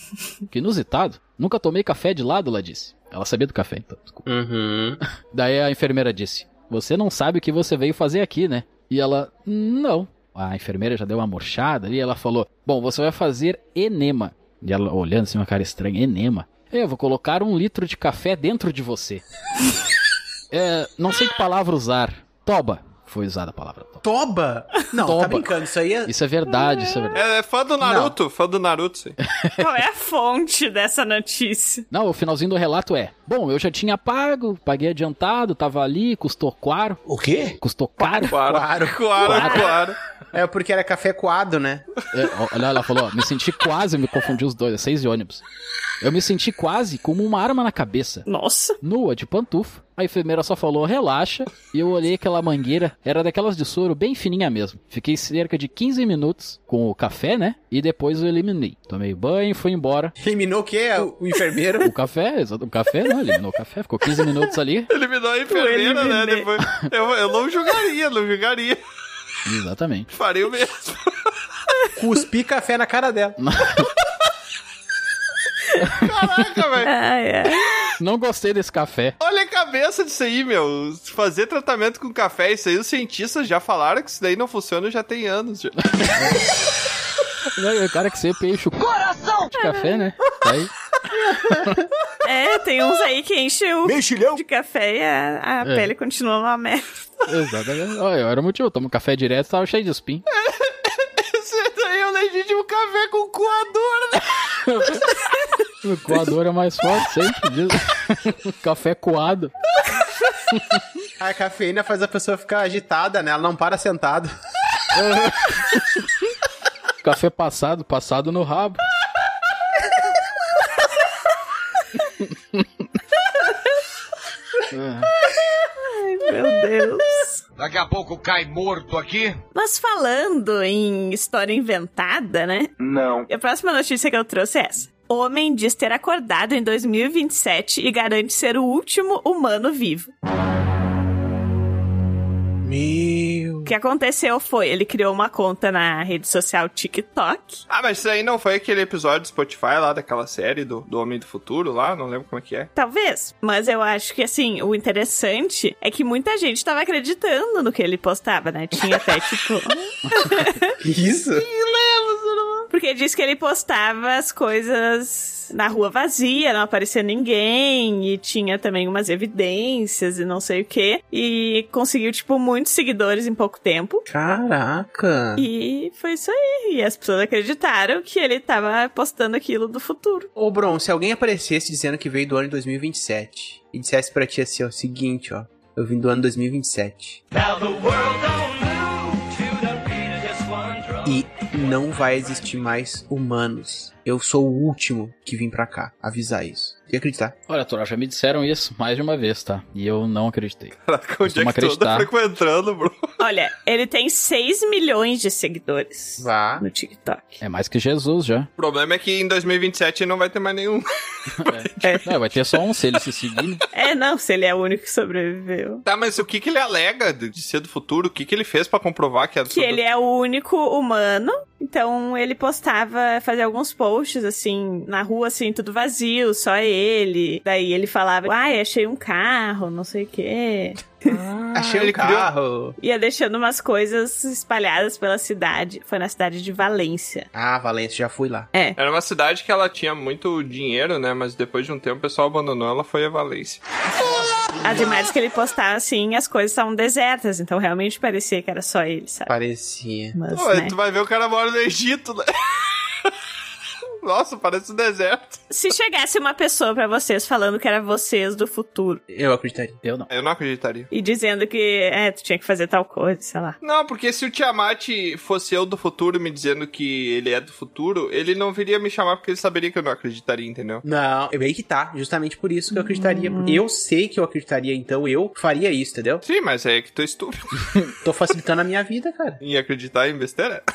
que inusitado. Nunca tomei café de lado, ela disse. Ela sabia do café, então. desculpa. Uhum. Daí a enfermeira disse: Você não sabe o que você veio fazer aqui, né? E ela, não. A enfermeira já deu uma murchada ali, ela falou: Bom, você vai fazer enema. E ela olhando assim, uma cara estranha, enema. Eu vou colocar um litro de "Ah, café dentro de você. é, não sei que palavra usar. Toba. Foi usada a palavra toba. Toba? Não, Toba. tá brincando, isso aí é... Isso é verdade, isso é verdade. É, é fã do Naruto, fã do Naruto, sim. Qual é a fonte dessa notícia? Não, o finalzinho do relato é: Bom, eu já tinha pago, paguei adiantado, tava ali, custou caro. O quê? Custou caro. Claro, claro, claro. É porque era café coado, né? É, ó, olha, ela falou: ó, Me senti quase, me confundi os dois, é seis de ônibus. Eu me senti quase como uma arma na cabeça. Nossa. Nua, de pantufa. A enfermeira só falou, relaxa, e eu olhei aquela mangueira, era daquelas de soro bem fininha mesmo. Fiquei cerca de 15 minutos com o café, né? E depois eu eliminei. Tomei banho, fui embora. Eliminou o quê? O, o enfermeiro? O café, exato, o café, não, eliminou o café, ficou 15 minutos ali. Eliminou a enfermeira, né? Depois, eu, eu não julgaria, não julgaria. Exatamente. Faria o mesmo. Cuspi café na cara dela. Caraca, velho. Ai, ai. Não gostei desse café. Olha a cabeça disso aí, meu. Fazer tratamento com café, isso aí os cientistas já falaram que isso daí não funciona já tem anos. já. Não, O Né, cara que sempre enche o coração de café, né? Tá aí. É, tem uns aí que enchem o Mexilhão. de café e a, a É. pele continua uma merda. Exatamente. Olha, eu era o motivo. Eu tomo café direto, tava cheio de espinho. Isso daí é um legítimo café com coador, né? O coador é mais forte, sempre diz. café coado. A cafeína faz a pessoa ficar agitada, né? Ela não para sentado. Café passado, passado no rabo. Meu Deus. Daqui a pouco cai morto aqui. Mas falando em história inventada, né? Não. A próxima notícia que eu trouxe é essa. Homem diz ter acordado em 2027 e garante ser o último humano vivo. Meu... O que aconteceu foi, ele criou uma conta na rede social TikTok. Ah, mas isso aí não foi aquele episódio do Spotify lá, daquela série do, do Homem do Futuro lá, não lembro como é que é. Talvez, mas eu acho que assim, o interessante é que muita gente tava acreditando no que ele postava, né? Tinha até tipo. Que isso? Porque diz que ele postava as coisas na rua vazia, não aparecia ninguém, e tinha também umas evidências e não sei o quê. E conseguiu, tipo, muitos seguidores em pouco tempo. Caraca. E foi isso aí. E as pessoas acreditaram que ele tava postando aquilo do futuro. Ô, Bron, se alguém aparecesse dizendo que veio do ano de 2027 e dissesse pra ti assim, ó, seguinte, ó, eu vim do ano 2027 e não vai existir mais humanos. Eu sou o último que vim pra cá, avisar isso. E acreditar. Olha, Tora, já me disseram isso mais de uma vez, tá? E eu não acreditei. Caraca, onde é Costuma que toda acreditar. frequentando, bro? Olha, ele tem 6 milhões de seguidores Vá. no TikTok. É mais que Jesus já. O problema é que em 2027 não vai ter mais nenhum. Não, vai ter só um se ele se seguir. É, não, se ele é o único que sobreviveu. Tá, mas o que que ele alega de de ser do futuro? O que que ele fez pra comprovar que é do Que futuro? ele é o único humano. Então ele postava, fazia alguns posts assim, na rua, assim, tudo vazio, só ele. Daí ele falava, ai, achei um carro, não sei o quê. Achei ele um criou- carro. Ia deixando umas coisas espalhadas pela cidade. Foi na cidade de Valência. Ah, Valência, já fui lá. Era uma cidade que ela tinha muito dinheiro, né? Mas depois de um tempo o pessoal abandonou, ela foi a Valência. Ademais que ele postava assim, as coisas estavam desertas, então realmente parecia que era só ele, sabe? Parecia. Mas, Pô, né? Tu vai ver o cara mora no Egito, né? Nossa, parece um deserto. Se chegasse uma pessoa pra vocês falando que era vocês do futuro Eu acreditaria. Eu não. Eu não acreditaria. e dizendo que, é, tu tinha que fazer tal coisa, sei lá. Não, porque se o Tiamat fosse eu do futuro me dizendo que ele é do futuro, ele não viria me chamar porque ele saberia que eu não acreditaria, entendeu? Não, eu meio que tá. Justamente por isso que eu acreditaria. Porque eu sei que eu acreditaria, então eu faria isso, entendeu? Sim, mas é que tu é estúpido. Tô facilitando a minha vida, cara. em acreditar em besteira?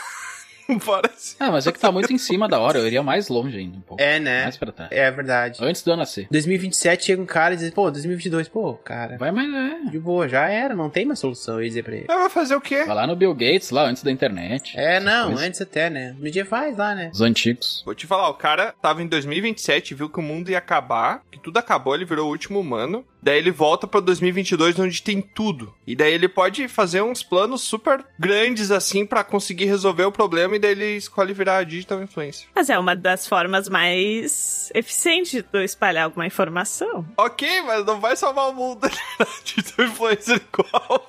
parece. Ah, mas é que tá muito em cima da hora. Eu iria mais longe ainda um pouco. É, né? Mais pra trás. É verdade. Antes do eu nascer. 2027 chega um cara e diz, pô, 2022, pô, cara, Vai mais, é. de boa, já era, não tem mais solução, eu ia dizer pra ele. Ah, vai fazer o quê? Vai lá no Bill Gates, lá antes da internet. É, não, Mas- antes até, né? Medievais lá, né? Os antigos. Vou te falar, o cara tava em 2027, viu que o mundo ia acabar, que tudo acabou, ele virou o último humano. Daí ele volta pra 2022, onde tem tudo. E daí ele pode fazer uns planos super grandes, assim, pra conseguir resolver o problema. E daí ele escolhe virar a digital influencer. Mas é uma das formas mais eficientes de eu espalhar alguma informação. Ok, mas não vai salvar o mundo. né? digital influencer igual.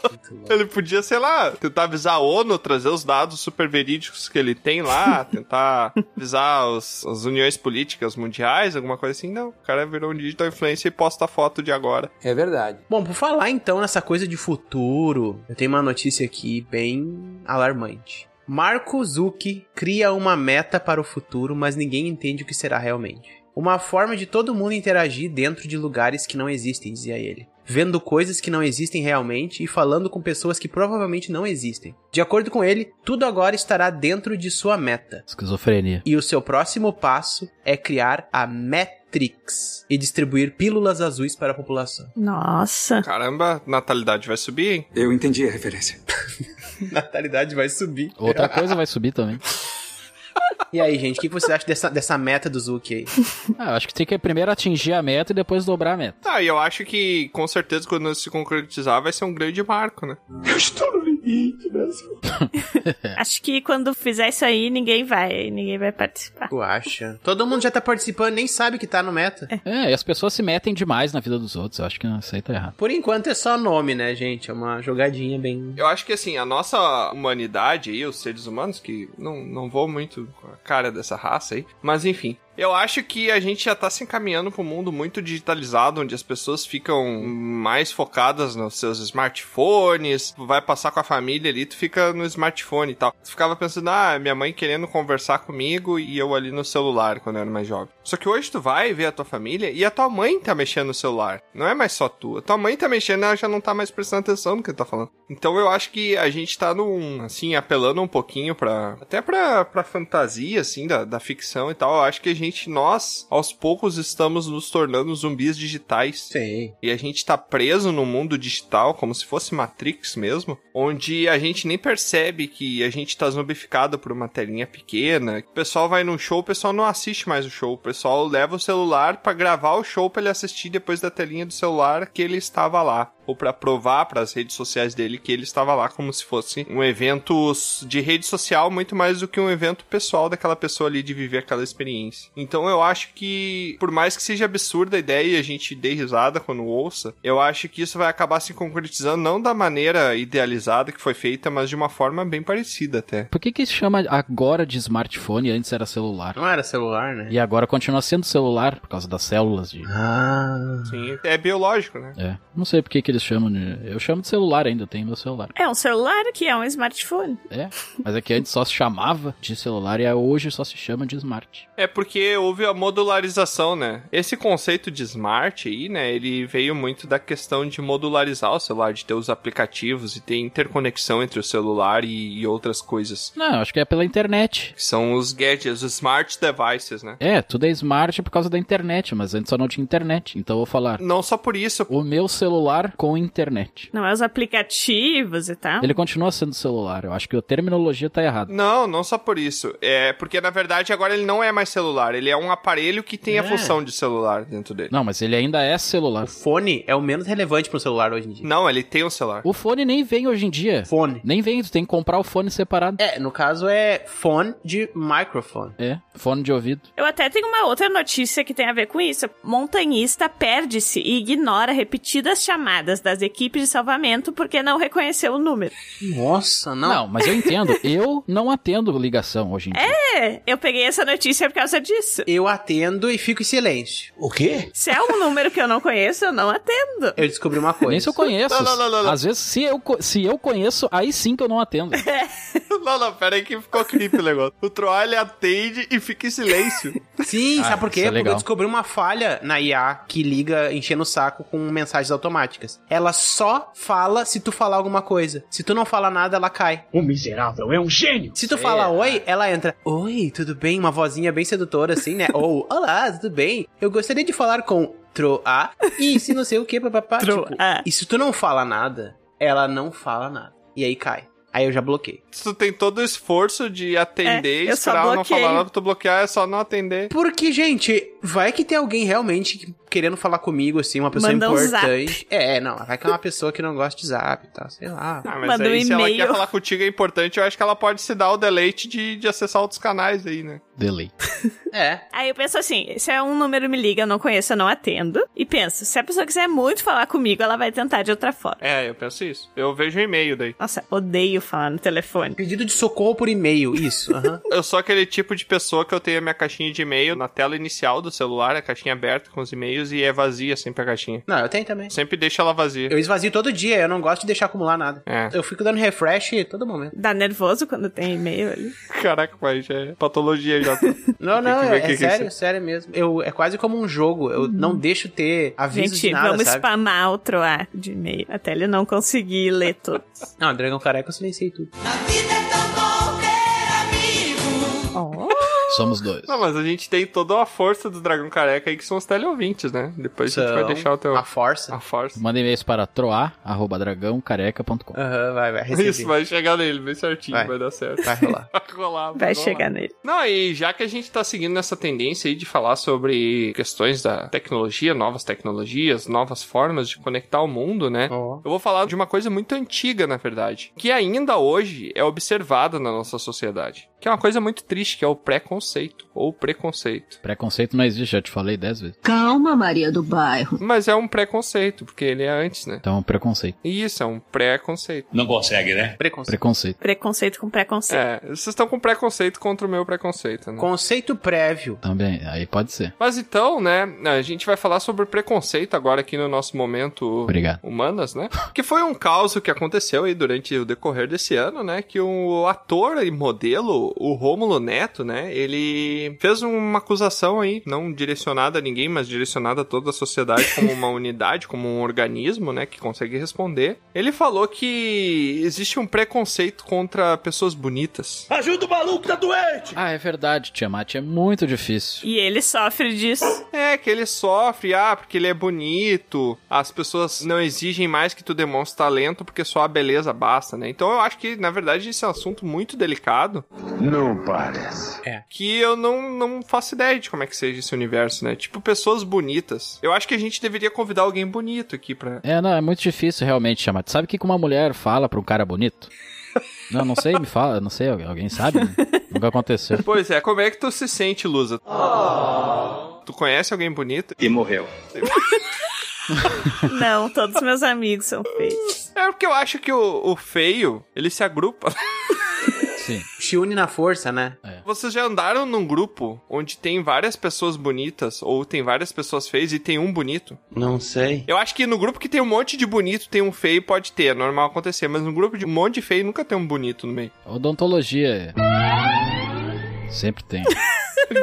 Ele podia, sei lá, tentar avisar a ONU, trazer os dados super verídicos que ele tem lá, tentar avisar os- as uniões políticas mundiais, alguma coisa assim. Não, o cara virou um digital influencer e posta foto de agora. É verdade. Bom, por falar então nessa coisa de futuro, eu tenho uma notícia aqui bem alarmante. Marco Zucchi cria uma meta para o futuro, mas ninguém entende o que será realmente. Uma forma de todo mundo interagir dentro de lugares que não existem, dizia ele. Vendo coisas que não existem realmente e falando com pessoas que provavelmente não existem. De acordo com ele, tudo agora estará dentro de sua meta. Esquizofrenia. E o seu próximo passo é criar a Matrix e distribuir pílulas azuis para a população. Nossa. Caramba, natalidade vai subir, hein? Eu entendi a referência. natalidade vai subir. Outra coisa vai subir também. E aí, gente, o que que vocês acham dessa, dessa meta do Zuki aí? Ah, eu acho que tem que primeiro atingir a meta e depois dobrar a meta. Tá, e eu acho que com certeza quando isso se concretizar vai ser um grande marco, né? Eu estou no limite, Brasil. Acho que quando fizer isso aí, ninguém vai, ninguém vai participar. Tu acha? Todo mundo já tá participando, nem sabe que tá no meta. É, e as pessoas se metem demais na vida dos outros. Eu acho que isso aí tá errado. Por enquanto é só nome, né, gente? É uma jogadinha bem. Eu acho que assim, a nossa humanidade aí, os seres humanos, que não, não vou muito com a cara dessa raça aí, mas enfim. Eu acho que a gente já tá se encaminhando para um mundo muito digitalizado, onde as pessoas ficam mais focadas nos seus smartphones, vai passar com a família ali, tu fica no smartphone e tal. Tu ficava pensando, ah, minha mãe querendo conversar comigo e eu ali no celular quando eu era mais jovem. Só que hoje tu vai ver a tua família e a tua mãe tá mexendo no celular. Não é mais só tu. A tua mãe tá mexendo, ela já não tá mais prestando atenção no que tu tá falando. Então eu acho que a gente tá num, assim, apelando um pouquinho pra. Até pra, pra fantasia, assim, da, da ficção e tal. Eu acho que a gente, nós, aos poucos, estamos nos tornando zumbis digitais. Sim. E a gente tá preso no mundo digital, como se fosse Matrix mesmo, onde a gente nem percebe que a gente tá zumbificado por uma telinha pequena. O pessoal vai num show, o pessoal não assiste mais o show. O pessoal leva o celular pra gravar o show pra ele assistir depois da telinha do celular que ele estava lá. Ou pra provar pras redes sociais dele que ele estava lá, como se fosse um evento s- de rede social muito mais do que um evento pessoal daquela pessoa ali de viver aquela experiência. Então eu acho que, por mais que seja absurda a ideia e a gente dê risada quando ouça, eu acho que isso vai acabar se concretizando não da maneira idealizada que foi feita, mas de uma forma bem parecida até. Por que que se chama agora de smartphone e antes era celular? Não era celular, né? E agora continua sendo celular por causa das células de... Ah... Sim, é biológico, né? É, não sei por que que eles chamam de... Eu chamo de celular ainda, eu tenho meu celular. É um celular que é um smartphone. É, mas é que antes só se chamava de celular e é, hoje só se chama de smart. É porque houve a modularização, né? Esse conceito de smart aí, né? Ele veio muito da questão de modularizar o celular, de ter os aplicativos e ter interconexão entre o celular e, e outras coisas. Não, acho que é pela internet. Que São os gadgets, os smart devices, né? É, tudo é smart por causa da internet, mas antes só não tinha internet, então eu vou falar. Não só por isso. O meu celular com internet. Não é os aplicativos e tal. Ele continua sendo celular, eu acho que a terminologia tá errada. Não, não só por isso. É porque na verdade agora ele não é mais celular, ele é um aparelho que tem a É. função de celular dentro dele. Não, mas ele ainda é celular. O fone é o menos relevante pro celular hoje em dia. Não, ele tem um celular. O fone nem vem hoje em dia. Fone. Nem vem, tu tem que comprar o fone separado. É, no caso é fone de microfone. É, fone de ouvido. Eu até tenho uma outra notícia que tem a ver com isso. Montanhista perde-se e ignora repetidas chamadas das equipes de salvamento porque não reconheceu o número. Nossa, não. Não, mas eu entendo. eu não atendo ligação hoje em dia. É, eu peguei essa notícia por causa disso. Eu atendo e fico em silêncio. O quê? Se é um número que eu não conheço, eu não atendo. Eu descobri uma coisa. Nem se eu conheço. Não, não, não, não, não. Às vezes, se eu, co- se eu conheço, aí sim que eu não atendo. não, não, pera aí que ficou creepy o negócio. O Troá ele atende e fica em silêncio. Sim, Ah, sabe por quê? Porque isso é eu legal. descobri uma falha na IA que liga enchendo o saco com mensagens automáticas. Ela só fala se tu falar alguma coisa. Se tu não fala nada, ela cai. O miserável é um gênio. Se tu ah. fala oi, ela entra. Oi, tudo bem? Uma vozinha bem sedutora assim, né? Ou, olá, tudo bem? Eu gostaria de falar com Troa e se não sei o que, papapá. Tipo, Ah. e se tu não fala nada, ela não fala nada. E aí cai. Aí eu já bloqueei. Tu tem todo o esforço de atender, É, eu só esperar ela não bloqueei. falar nada pra tu bloquear, é só não atender. Porque, gente, vai que tem alguém realmente que, querendo falar comigo, assim, uma pessoa Manda um importante. é, não, vai que é uma pessoa que não gosta de zap e tal, sei lá. Ah, mas aí, se ela quer falar contigo é importante, eu acho que ela pode se dar o deleite de, de acessar outros canais aí, né? Delay. É. Aí eu penso assim: se é um número me liga, eu não conheço, eu não atendo. E penso, se a pessoa quiser muito falar comigo, ela vai tentar de outra forma. É, eu penso isso. Eu vejo e-mail daí. Nossa, odeio falar no telefone. Pedido de socorro por e-mail, isso. aham. Eu sou aquele tipo de pessoa que eu tenho a minha caixinha de e-mail na tela inicial do celular, a caixinha aberta com os e-mails e é vazia sempre a caixinha. Não, eu tenho também. Sempre deixa ela vazia. Eu esvazio todo dia, eu não gosto de deixar acumular nada. É. Eu fico dando refresh todo momento. Dá nervoso quando tem e-mail ali. Caraca, mas já é patologia já. Não, não, que ver é, que que é isso é. sério, sério mesmo. Eu, é quase como um jogo, eu não deixo ter aviso Uhum. Gente, de nada, vamos sabe? spamar o Troar de e-mail até ele não conseguir ler todos. Não, Dragão Careca eu silenciei tudo. Oh. Somos dois. Não, mas a gente tem toda a força do Dragão Careca aí, que são os teleouvintes, né? Depois a gente São vai deixar o teu... A força. A força. Manda e-mails para troar.dragãocareca.com. Aham, vai, vai, receber. Ah. Isso, vai chegar nele bem certinho, vai, Vai. dar certo. Vai rolar. Vai rolar, Vai rolar. chegar nele. Não, e já que a gente tá seguindo nessa tendência aí de falar sobre questões da tecnologia, novas tecnologias, novas formas de conectar o mundo, né? Ó. Eu vou falar de uma coisa muito antiga, na verdade, que ainda hoje é observada na nossa sociedade. Que é uma coisa muito triste, que é o preconceito, ou preconceito. Preconceito não existe, já te falei dez vezes. Calma, Maria do Bairro. Mas é um preconceito, porque ele é antes, né? Então, preconceito. E isso, é um preconceito. Não consegue, né? Preconceito. Preconceito. Preconceito com preconceito. É, vocês estão com preconceito contra o meu preconceito, né? Conceito prévio. Também, aí pode ser. Mas então, né, a gente vai falar sobre preconceito agora aqui no nosso momento Obrigado. humanas, né? Que foi um caso que aconteceu aí durante o decorrer desse ano, né? Que o ator e modelo, o Rômulo Neto, né? Ele fez uma acusação aí, não direcionada a ninguém, mas direcionada a toda a sociedade como uma unidade, como um organismo, né? Que consegue responder. Ele falou que existe um preconceito contra pessoas bonitas. Ajuda o maluco, tá doente! Ah, é verdade, Tiamat é muito difícil. E ele sofre disso. É, que ele sofre, ah, porque ele é bonito, as pessoas não exigem mais que tu demonstre talento, porque só a beleza basta, né? Então eu acho que, na verdade, esse é um assunto muito delicado, Não parece. que eu não, não faço ideia de como é que seja esse universo, né? Tipo, pessoas bonitas. Eu acho que a gente deveria convidar alguém bonito aqui pra... É, não, é muito difícil realmente, Tiamat. Sabe o que que uma mulher fala pra um cara bonito? Não, não sei, me fala, não sei, algu- alguém sabe? né? Nunca aconteceu. Pois é, como é que tu se sente, Lusa? Tu conhece alguém bonito? E morreu. Não, todos meus amigos são feios. É porque eu acho que o, o feio, ele se agrupa. Sim. Se une na força, né? Vocês já andaram num grupo onde tem várias pessoas bonitas ou tem várias pessoas feias e tem um bonito? Não sei. Eu acho que no grupo que tem um monte de bonito, tem um feio, pode ter, é normal acontecer, mas no grupo de um monte de feio nunca tem um bonito no meio. Odontologia. é. Sempre tem.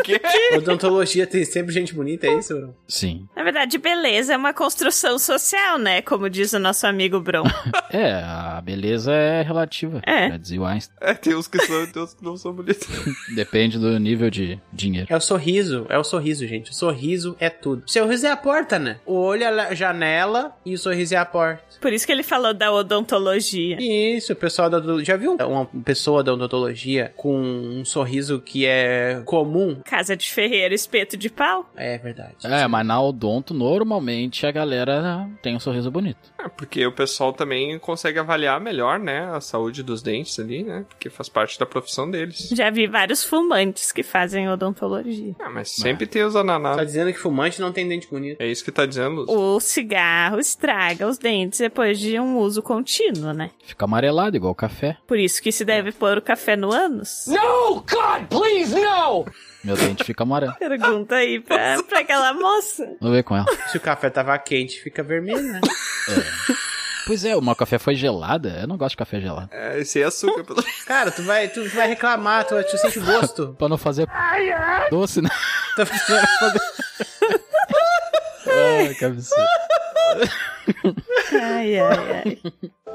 Quê? Odontologia tem sempre gente bonita, é isso, Bruno? Sim. Na verdade, beleza é uma construção social, né? Como diz o nosso amigo Bron. É, a beleza é relativa. É. Já dizia o Einstein. É, tem uns que são, tem uns que não são bonitos. Depende do nível de dinheiro. É o sorriso, é o sorriso, gente. O sorriso é tudo. O sorriso é a porta, né? O olho é a janela e o sorriso é a porta. Por isso que ele falou da odontologia. Isso, o pessoal da odontologia. Já viu uma pessoa da odontologia com um sorriso que é comum? Casa de ferreiro, espeto de pau. É verdade. É, mas na odonto, normalmente a galera tem um sorriso bonito. É, porque o pessoal também consegue avaliar melhor, né, a saúde dos dentes ali, né, porque faz parte da profissão deles. Já vi vários fumantes que fazem odontologia. Ah, mas sempre tem os ananados. Tá dizendo que fumante não tem dente bonito. É isso que tá dizendo, Luz. O cigarro estraga os dentes depois de um uso contínuo, né? Fica amarelado, igual café. Por isso que se deve pôr o café no ânus. No, God, please, no! Meu dente fica amarelo. Pergunta aí pra, pra aquela moça. Vou ver com ela. Se o café tava quente, fica vermelho, né? Pois é, o meu café foi gelado. Eu não gosto de café gelado. É, esse é açúcar. pelo- Cara, tu vai, tu vai reclamar, tu, tu sente gosto. Tá Pra não fazer doce, né? Tu Ai, que absurdo. Ai, ai, ai.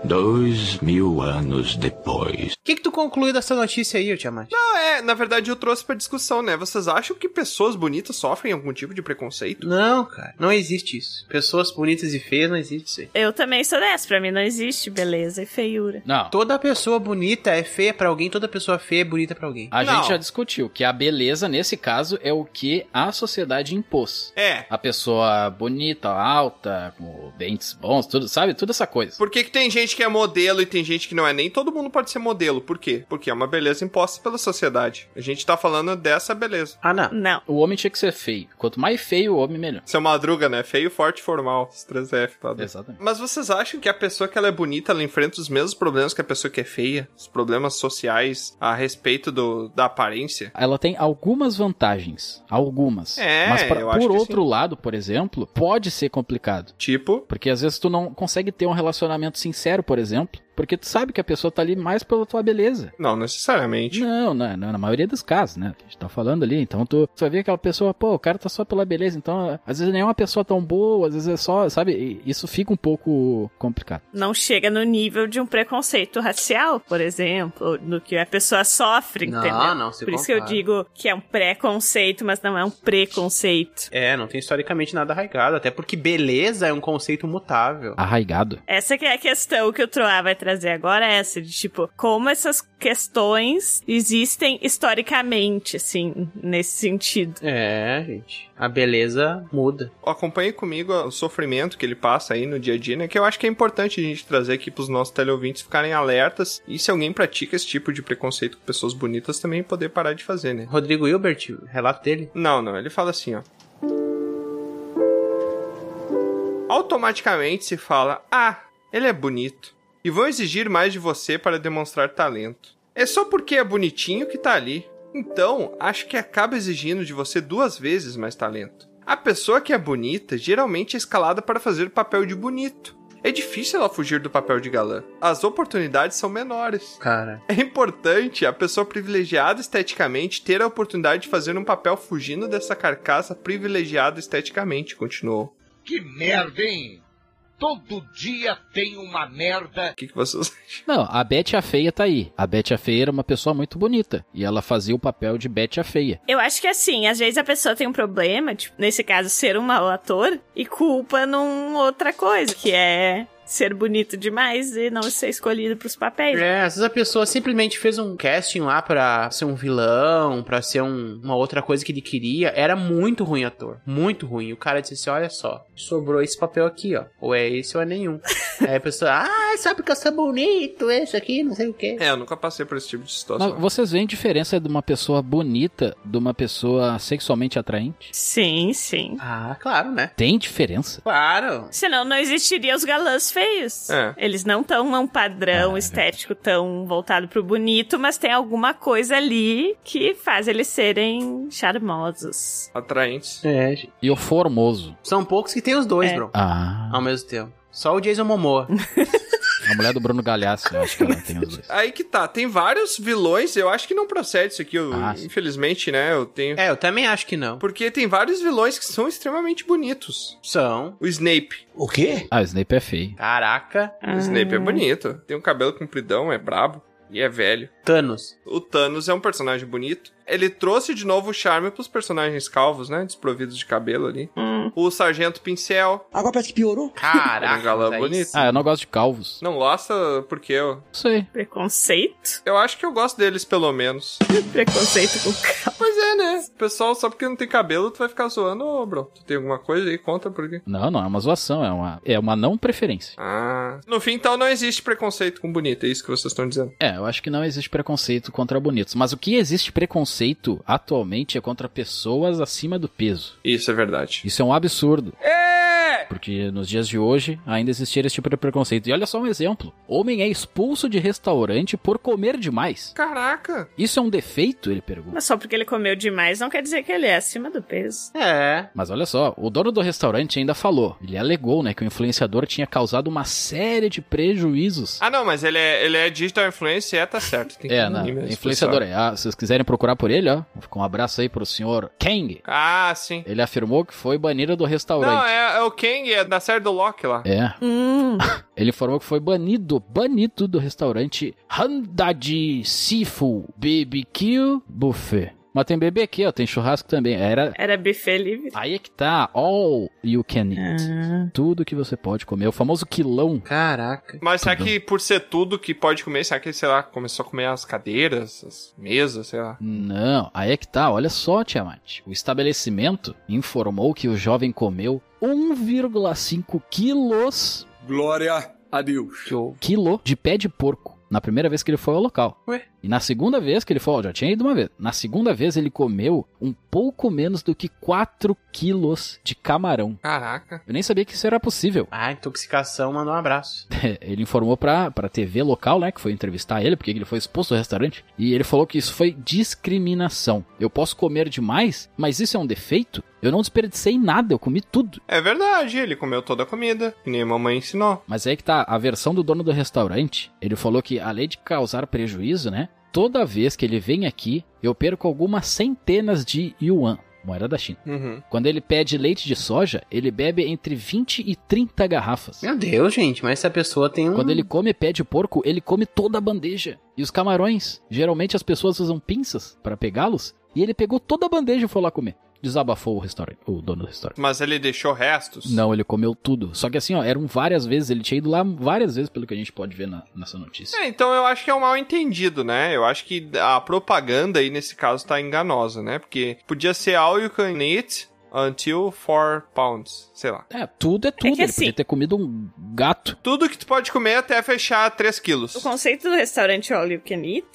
Dois mil anos depois. O que, que tu concluiu dessa notícia aí, Tiamat? Não, é, na verdade eu trouxe pra discussão, né? Vocês acham que pessoas bonitas sofrem algum tipo de preconceito? Não, cara, não existe isso. Pessoas bonitas e feias não existe isso aí. Eu também sou dessa, pra mim não existe beleza e feiura. Não. Toda pessoa bonita é feia pra alguém, toda pessoa feia é bonita pra alguém. A Não. gente já discutiu que a beleza, nesse caso, é o que a sociedade impôs. É. A pessoa bonita, alta, com dentes bons, tudo, sabe? Tudo essa coisa. Por que, que tem gente que é modelo e tem gente que não é? Nem todo mundo pode ser modelo. Por quê? Porque é uma beleza imposta pela sociedade. A gente tá falando dessa beleza. Ah, não. Não. O homem tinha que ser feio. Quanto mais feio o homem, melhor. Seu Madruga, né? Feio, forte, formal. Os três F, tá? Exatamente. Mas vocês acham que a pessoa que ela é bonita, ela enfrenta os mesmos problemas que a pessoa que é feia? Os problemas sociais a respeito do, da aparência? Ela tem algumas vantagens. Algumas. É, Mas pra- eu acho por que outro lado, por exemplo, pode ser complicado. Tipo, Porque às vezes tu não consegue ter um relacionamento sincero, por exemplo, porque tu sabe que a pessoa tá ali mais pela tua beleza. não necessariamente. Não, na, na, na maioria dos casos, né? A gente tá falando ali, então tu, tu vai ver aquela pessoa, pô, o cara tá só pela beleza, então às vezes nem é uma pessoa tão boa, às vezes é só, sabe? E Isso fica um pouco complicado. Não chega no nível de um preconceito racial, por exemplo, ou no que a pessoa sofre, Não, entendeu? não se Por isso que eu compara. digo que é um preconceito, mas não é um preconceito. É, não tem historicamente nada arraigado, até porque beleza é um conceito mutável. Arraigado. Essa que é a questão que o Troá vai trazer agora, é essa de tipo, como essas questões existem historicamente, assim, nesse sentido. É, gente. A beleza muda. Acompanhe comigo o sofrimento que ele passa aí no dia a dia, né? Que eu acho que é importante a gente trazer aqui pros nossos teleouvintes ficarem alertas. E se alguém pratica esse tipo de preconceito com pessoas bonitas, também poder parar de fazer, né? Rodrigo Hilbert, relato dele. Não, não, ele fala assim, ó. Automaticamente se fala: "Ah, ele é bonito e vou exigir mais de você para demonstrar talento". É só porque é bonitinho que tá ali. Então, acho que acaba exigindo de você duas vezes mais talento. A pessoa que é bonita geralmente é escalada para fazer o papel de bonito. É difícil ela fugir do papel de galã. As oportunidades são menores. Cara. É importante a pessoa privilegiada esteticamente ter a oportunidade de fazer um papel fugindo dessa carcaça privilegiada esteticamente, continuou. Que merda, hein? Todo dia tem uma merda. O que, que vocês. Não, a Bete a Feia tá aí. A Bete a Feia era uma pessoa muito bonita e ela fazia o papel de Bete a Feia. Eu acho que assim, às vezes a pessoa tem um problema, tipo, nesse caso, ser um mau ator, e culpa num outra coisa, que é ser bonito demais e não ser escolhido pros papéis. É, às vezes a pessoa simplesmente fez um casting lá pra ser um vilão, pra ser um- uma outra coisa que ele queria. Era muito ruim ator, muito ruim. O cara disse assim, olha só, sobrou esse papel aqui, ó. Ou é esse ou é nenhum. Aí a pessoa, ah, sabe que eu sou bonito, esse aqui, não sei o quê. É, eu nunca passei por esse tipo de Mas situação. vocês veem diferença de uma pessoa bonita de uma pessoa sexualmente atraente? Sim, sim. Ah, claro, né? Tem diferença? Claro. Senão não existiria os galãs feios. É. Eles não estão num padrão estético tão voltado pro bonito, mas tem alguma coisa ali que faz eles serem charmosos. Atraentes. É, gente. E o formoso. São poucos que tem os dois, É. bro, Ah, ao mesmo tempo. Só o Jason Momoa. a mulher do Bruno Galhaço, eu acho que ela tem os dois. Aí que tá, tem vários vilões, eu acho que não procede isso aqui, eu- Ah, sim. infelizmente, né? Eu tenho. é, eu também acho que não. Porque tem vários vilões que são extremamente bonitos. São. O Snape. O quê? Ah, o Snape é feio. Caraca. Ah, Ah. O Snape é bonito. Tem um cabelo compridão, é brabo e é velho. Thanos. O Thanos é um personagem bonito. Ele trouxe de novo o charme pros personagens calvos, né? Desprovidos de cabelo ali. O Sargento Pincel. Agora parece que piorou. Caraca. é Era um galã mas aí bonito. sim. Ah, eu não gosto de calvos. Não gosta porque eu. Não sei. Preconceito? Eu acho que eu gosto deles, pelo menos. Preconceito com calma. Mas é, né? O Pessoal, só porque não tem cabelo, tu vai ficar zoando, ô, bro. Tu tem alguma coisa aí? Conta por quê. Não, não, é uma zoação, é uma, é uma não preferência. Ah. No fim, então, não existe preconceito com bonito, é isso que vocês estão dizendo. É, eu acho que não existe preconceito contra bonitos. Mas o que existe preconceito atualmente é contra pessoas acima do peso. Isso é verdade. Isso é um absurdo. É! Porque nos dias de hoje ainda existir esse tipo de preconceito. E olha só um exemplo: homem é expulso de restaurante por comer demais. Caraca! Isso é um defeito? Ele pergunta. Mas só porque ele comeu demais não quer dizer que ele é acima do peso. É. Mas olha só, o dono do restaurante ainda falou. Ele alegou, né, que o influenciador tinha causado uma série de prejuízos. Ah, não, mas ele é, ele é digital influencer, é, tá certo. Tem É, que- né? mesmo, Influenciador. pessoal. é. Ah, se vocês quiserem procurar por ele, ó. Fica um abraço aí pro senhor Kang. Ah, sim. Ele afirmou que foi banido do restaurante. Não, é, é o Ken Kang é da série do Loki lá. É. Ele informou que foi banido, banido do restaurante Handaji Sifu BBQ Buffet. Mas tem BBQ, ó, tem churrasco também. Era Era buffet livre. Aí é que tá, all you can eat. Tudo que você pode comer, o famoso quilão. É, Caraca. Mas será que por ser tudo que pode comer, será que, sei lá, começou a comer as cadeiras, as mesas, sei lá? Não, aí é que tá, olha só, Tiamat. O estabelecimento informou que o jovem comeu 1,5 quilos... Glória a Deus. Quilo de pé de porco. Na primeira vez que ele foi ao local. Ué? E na segunda vez que ele foi, ó, já tinha ido uma vez. Na segunda vez ele comeu um pouco menos do que 4 quilos de camarão. Caraca. Eu nem sabia que isso era possível. Ah, intoxicação, mandou um abraço. ele informou pra, pra TV local, né, que foi entrevistar ele, porque ele foi expulso do restaurante, e ele falou que isso foi discriminação. Eu posso comer demais, mas isso é um defeito? Eu não desperdicei nada, eu comi tudo. É verdade, ele comeu toda a comida, que nem a mamãe ensinou. Mas aí que tá, a versão do dono do restaurante, ele falou que além de causar prejuízo, né, toda vez que ele vem aqui, eu perco algumas centenas de yuan. Moeda da China. Uhum. Quando ele pede leite de soja, ele bebe entre 20 e 30 garrafas. Meu Deus, gente, mas essa pessoa tem um. Quando ele come pé de porco, ele come toda a bandeja. E os camarões, geralmente as pessoas usam pinças para pegá-los, e ele pegou toda a bandeja e foi lá comer. Desabafou o restaurante, o dono do restaurante. Mas ele deixou restos? Não, ele comeu tudo. Só que assim, ó, eram várias vezes, ele tinha ido lá várias vezes, pelo que a gente pode ver na- nessa notícia. É, então eu acho que é um mal entendido, né? Eu acho que a propaganda aí nesse caso tá enganosa, né? Porque podia ser all you can eat until 4 pounds, sei lá. É, tudo é tudo. ele podia ter comido um gato. Tudo que tu pode comer até fechar 3 O quilos. conceito do restaurante All You Can Eat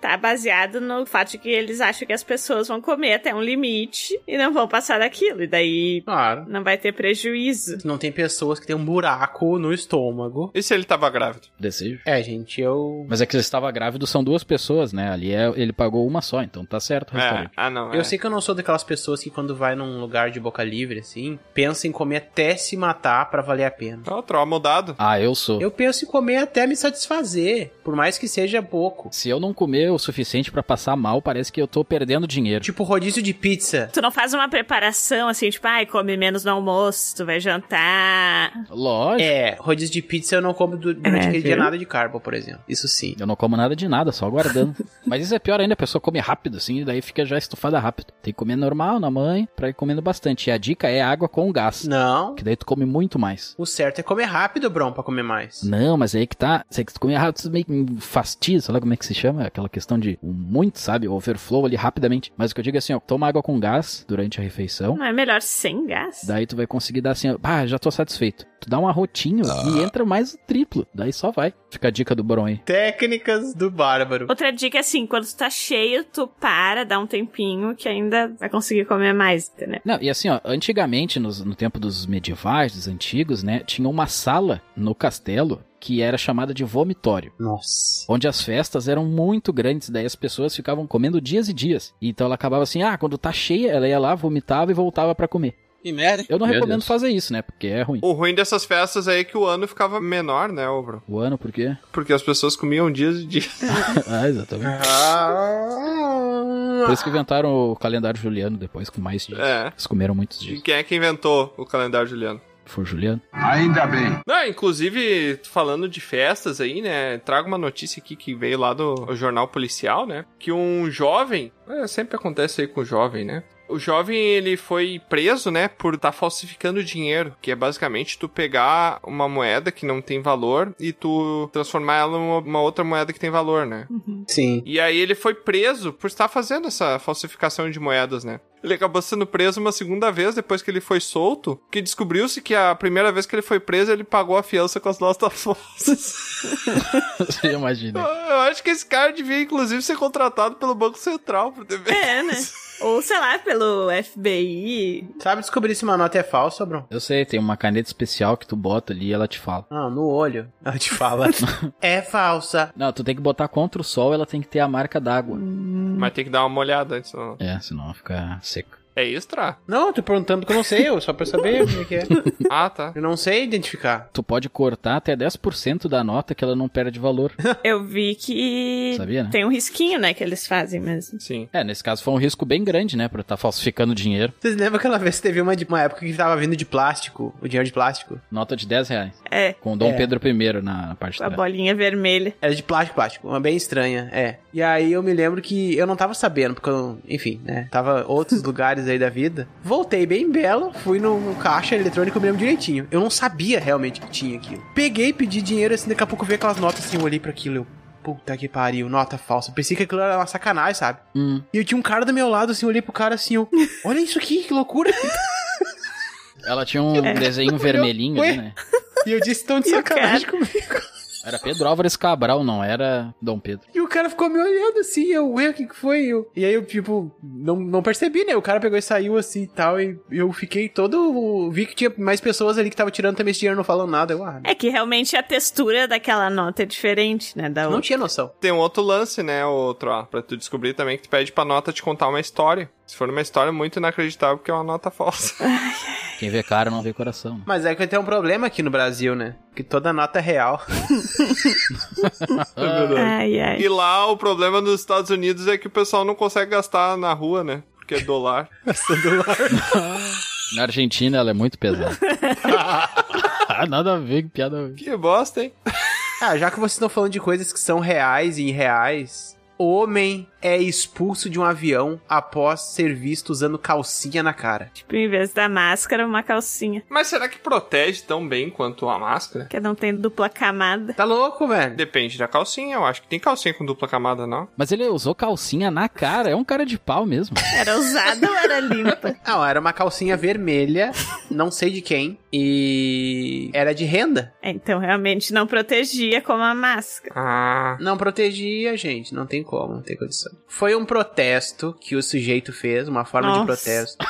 tá baseado no fato de que eles acham que as pessoas vão comer até um limite e não vão passar daquilo. E daí não vai ter prejuízo. Não tem pessoas que têm um buraco no estômago. E se ele tava grávido? Desejo. É, gente, eu. Mas é que ele estava grávido, são duas pessoas, né? Ali é, ele pagou uma só, então tá certo o restaurante. Ah, não. Eu é. sei que eu não sou daquelas pessoas que quando vai num lugar de boca livre, assim, pensa em comer até se matar pra valer a pena. Ó, trauma mudado. Ah, eu sou. Eu penso em comer até me satisfazer, por mais que seja pouco. Se eu não comer o suficiente pra passar mal, parece que eu tô perdendo dinheiro. Tipo rodízio de pizza. Tu não faz uma preparação assim, tipo, ai, come menos no almoço, tu vai jantar. Lógico. É, rodízio de pizza eu não como du- durante É, aquele dia viu? nada de carbo, por exemplo. Isso sim. Eu não como nada de nada, só aguardando. Mas isso é pior ainda, a pessoa come rápido, assim, e daí fica já estufada rápido. Tem que comer normal na mãe, pra ir comendo bastante. E a dica é água com gás. Não. Que daí tu come muito mais. O certo é comer rápido, Bron, pra comer mais. Não, mas aí que tá. Se tu comer rápido, tu meio que fastio, sei lá como é que se chama, aquela questão de um muito, sabe? Overflow ali rapidamente. Mas o que eu digo é assim, ó, toma água com gás durante a refeição. Não é melhor sem gás? Daí tu vai conseguir dar assim, ó, ah, já tô satisfeito. Tu dá um arrotinho e entra mais o triplo. Daí só vai. Fica a dica do Bron aí. Técnicas do bárbaro. Outra dica é assim, quando tu tá cheio, tu para, dá um tempinho que ainda vai conseguir comer mais, entendeu? Não, e assim, ó, antigamente, nos- no tempo dos medievais, dos antigos, né, tinha uma sala no castelo que era chamada de vomitório. Nossa. Onde as festas eram muito grandes, daí as pessoas ficavam comendo dias e dias. E então ela acabava assim, ah, quando tá cheia, ela ia lá, vomitava e voltava pra comer. Que merda. Eu não Meu recomendo Deus. fazer isso, né, porque é ruim. O ruim dessas festas aí é que o ano ficava menor, né, Ovro? O ano, por quê? Porque as pessoas comiam dias e dias. ah, exatamente. Ah. Por isso que inventaram o calendário juliano depois, com mais dias. É. Eles comeram muitos dias. E quem é que inventou o calendário juliano? Foi o Juliano. Ainda bem. Não, inclusive, falando de festas aí, né? Trago uma notícia aqui que veio lá do jornal policial, né? Que um jovem. é, sempre acontece aí com o jovem, né? O jovem, ele foi preso, né, por estar falsificando dinheiro, que é basicamente tu pegar uma moeda que não tem valor e tu transformar ela em uma outra moeda que tem valor, né? Sim. E aí ele foi preso por estar fazendo essa falsificação de moedas, né? Ele acabou sendo preso uma segunda vez depois que ele foi solto, que descobriu-se que a primeira vez que ele foi preso, ele pagou a fiança com as nossas forças. Você imagina. Eu acho que esse cara devia, inclusive, ser contratado pelo Banco Central pro TV. É, né? Ou sei lá, pelo FBI. Sabe descobrir se uma nota é falsa, Bron? Eu sei, tem uma caneta especial que tu bota ali e ela te fala. Ah, no olho. Ela te fala. é falsa. Não, tu tem que botar Hum. contra o sol, ela tem que ter a marca d'água. Mas tem que dar uma olhada antes. É, senão ela fica seca. É extra? Não, eu tô perguntando porque eu não sei, eu só pra saber como é que é. Ah, tá. Eu não sei identificar. Tu pode cortar até 10% da nota que ela não perde valor. Eu vi que Sabia, né? tem um risquinho, né, que eles fazem mesmo. Sim. É, nesse caso foi um risco bem grande, né? Pra tá falsificando dinheiro. Vocês lembram aquela vez que teve uma, de- uma época que tava vindo de plástico, o dinheiro de plástico? Nota de 10 reais. É. Tá Com o Dom É. Pedro I na, na parte A da. bolinha vermelha. Era de plástico, plástico, uma bem estranha, é. E aí eu me lembro que eu não tava sabendo, porque eu, não- enfim, né, tava outros lugares aí da vida. Voltei bem belo, fui no caixa eletrônico, eu me lembro direitinho. Eu não sabia realmente que tinha aquilo. Peguei, pedi dinheiro, assim, daqui a pouco eu vi aquelas notas, assim, eu olhei pra aquilo, eu... Puta que pariu, nota falsa. Pensei que aquilo era uma sacanagem, sabe? E eu tinha um cara do meu lado, assim, eu olhei pro cara assim, eu, olha isso aqui, que loucura. Ela tinha um É. desenho vermelhinho ali, né? E eu disse, tão de sacanagem comigo. Era Pedro Álvares Cabral, não era Dom Pedro. E o cara ficou me olhando assim, eu, ué, o que que foi? Eu- E aí eu, tipo, não, não percebi, né? O cara pegou e saiu assim e tal, e eu fiquei todo. Vi que tinha mais pessoas ali que tava tirando também esse dinheiro, não falando nada. Eu, ah, É que realmente a textura daquela nota é diferente, né? Da não outra. tinha noção. Tem um outro lance, né, outro, ó, pra tu descobrir também, que tu pede pra nota te contar uma história. Se for uma história muito inacreditável, porque é uma nota falsa. Quem vê cara não vê coração. né? Mas é que tem um problema aqui no Brasil, né? Que toda nota é real. Ai, ai. E lá o problema dos Estados Unidos é que o pessoal não consegue gastar na rua, né? Porque é dólar. Na Argentina ela é muito pesada. Ah, Nada a ver, que piada. que bosta, hein? Ah, já que vocês estão falando de coisas que são reais e irreais, homem é expulso de um avião após ser visto usando calcinha na cara. Tipo, em vez da máscara, uma calcinha. Mas será que protege tão bem quanto a máscara? Que não tem dupla camada. Tá louco, velho? Depende da calcinha, eu acho que tem calcinha com dupla camada, não? Mas ele usou calcinha na cara, é um cara de pau mesmo. Era usada ou era limpa? Não, era uma calcinha vermelha, não sei de quem, e era de renda. É, então realmente não protegia como a máscara. Ah. Não protegia, gente, não tem como, não tem condição. Foi um protesto que o sujeito fez, uma forma Nossa. de protesto.